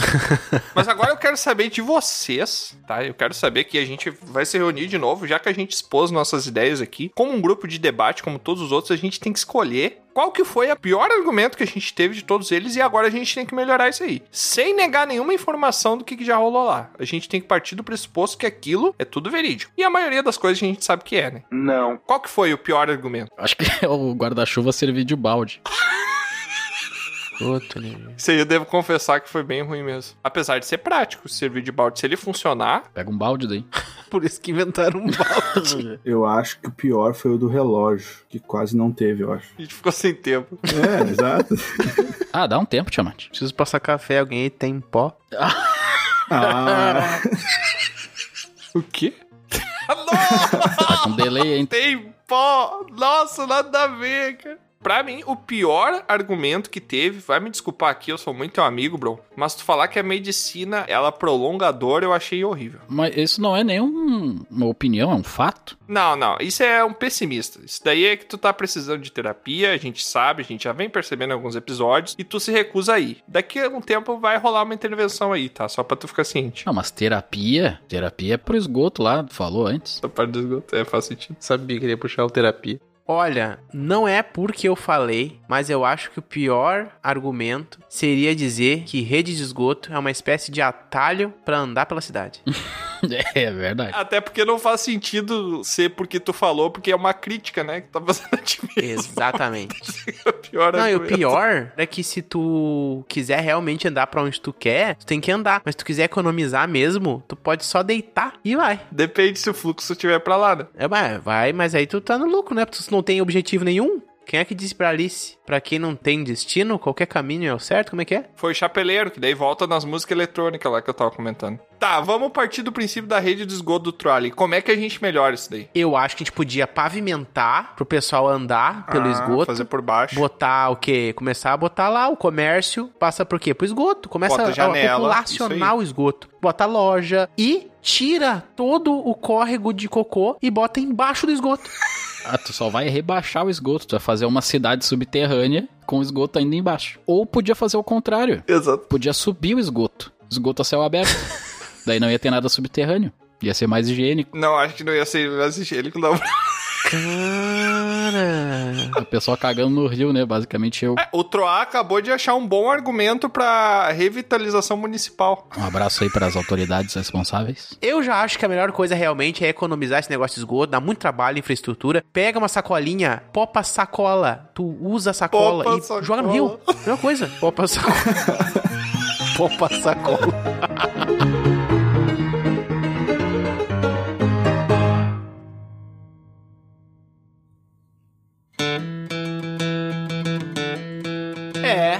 E: Mas agora eu quero saber de vocês, tá? Eu quero saber que a gente vai se reunir de novo, já que a gente expôs nossas ideias aqui. Como um grupo de debate, como todos os outros, a gente tem que escolher qual que foi o pior argumento que a gente teve de todos eles e agora a gente tem que melhorar isso aí. Sem negar nenhuma informação do que, que já rolou lá. A gente tem que partir do pressuposto que aquilo é tudo verídico. E a maioria das coisas a gente sabe que é, né?
H: Não.
E: Qual que foi o pior argumento?
S: Acho que é o guarda-chuva servir de balde.
E: Puta, Isso aí eu devo confessar que foi bem ruim mesmo. Apesar de ser prático, servir de balde, se ele funcionar.
S: Pega um balde daí.
B: Por isso que inventaram um balde.
H: eu acho que o pior foi o do relógio, que quase não teve, eu acho.
E: A gente ficou sem tempo.
H: É, exato.
S: ah, dá um tempo, Tiamat.
B: Preciso passar café, alguém aí tem pó.
H: ah.
E: o quê? Nossa!
S: Tá com delay, hein?
E: Tem pó! Nossa, nada a ver, cara. Pra mim, o pior argumento que teve, vai me desculpar aqui, eu sou muito teu amigo, bro, mas tu falar que a medicina, ela prolonga a dor, eu achei horrível.
S: Mas isso não é nenhuma opinião, é um fato?
E: Não, não, isso é um pessimista. Isso daí é que tu tá precisando de terapia, a gente sabe, a gente já vem percebendo em alguns episódios, e tu se recusa aí. Daqui a um tempo vai rolar uma intervenção aí, tá? Só pra tu ficar ciente.
S: Não, mas terapia, terapia é pro esgoto lá, tu falou antes.
E: Essa parte do esgoto, é, faz sentido.
B: Sabia que ele ia puxar o terapia. Olha, não é porque eu falei, mas eu acho que o pior argumento seria dizer que rede de esgoto é uma espécie de atalho para andar pela cidade.
S: é verdade.
E: Até porque não faz sentido ser porque tu falou, porque é uma crítica, né? Que tá fazendo a ti mesmo.
B: Exatamente.
E: é o pior
B: não,
E: argumento.
B: e o pior é que se tu quiser realmente andar para onde tu quer, tu tem que andar. Mas se tu quiser economizar mesmo, tu pode só deitar e vai.
E: Depende se o fluxo tiver pra lá, né?
B: É, mas vai, mas aí tu tá no lucro, né? Tu não tem objetivo nenhum. Quem é que disse pra Alice? Pra quem não tem destino, qualquer caminho é o certo? Como é que é?
E: Foi o chapeleiro, que daí volta nas músicas eletrônicas lá que eu tava comentando. Tá, vamos partir do princípio da rede de esgoto do trolley. Como é que a gente melhora isso daí?
B: Eu acho que a gente podia pavimentar pro pessoal andar pelo
E: Ah,
B: esgoto.
E: fazer por baixo.
B: Botar o quê? Começar a botar lá o comércio, passa por quê? Pro esgoto. Começa
E: Bota
B: a-
E: janela,
B: a
E: isso aí.
B: populacionar o esgoto. Bota loja e tira todo o córrego de cocô e bota embaixo do esgoto.
S: Ah, tu só vai rebaixar o esgoto, tu vai fazer uma cidade subterrânea com o esgoto ainda embaixo. Ou podia fazer o contrário.
E: Exato.
S: Podia subir o esgoto. Esgoto a céu aberto. Daí não ia ter nada subterrâneo. Ia ser mais higiênico.
E: Não, acho que não ia ser higiênico, não.
B: Cara.
S: A pessoa cagando no rio, né? Basicamente eu.
E: É, O Troá acabou de achar um bom argumento pra revitalização municipal.
S: Um abraço aí para as autoridades responsáveis.
B: Eu já acho que a melhor coisa realmente é economizar esse negócio de esgoto, dá muito trabalho, infraestrutura. Pega uma sacolinha, popa sacola. Tu usa a sacola
E: Popa
B: e
E: sacola.
B: joga no rio. Melhor coisa. Popa sacola. popa sacola.
P: É,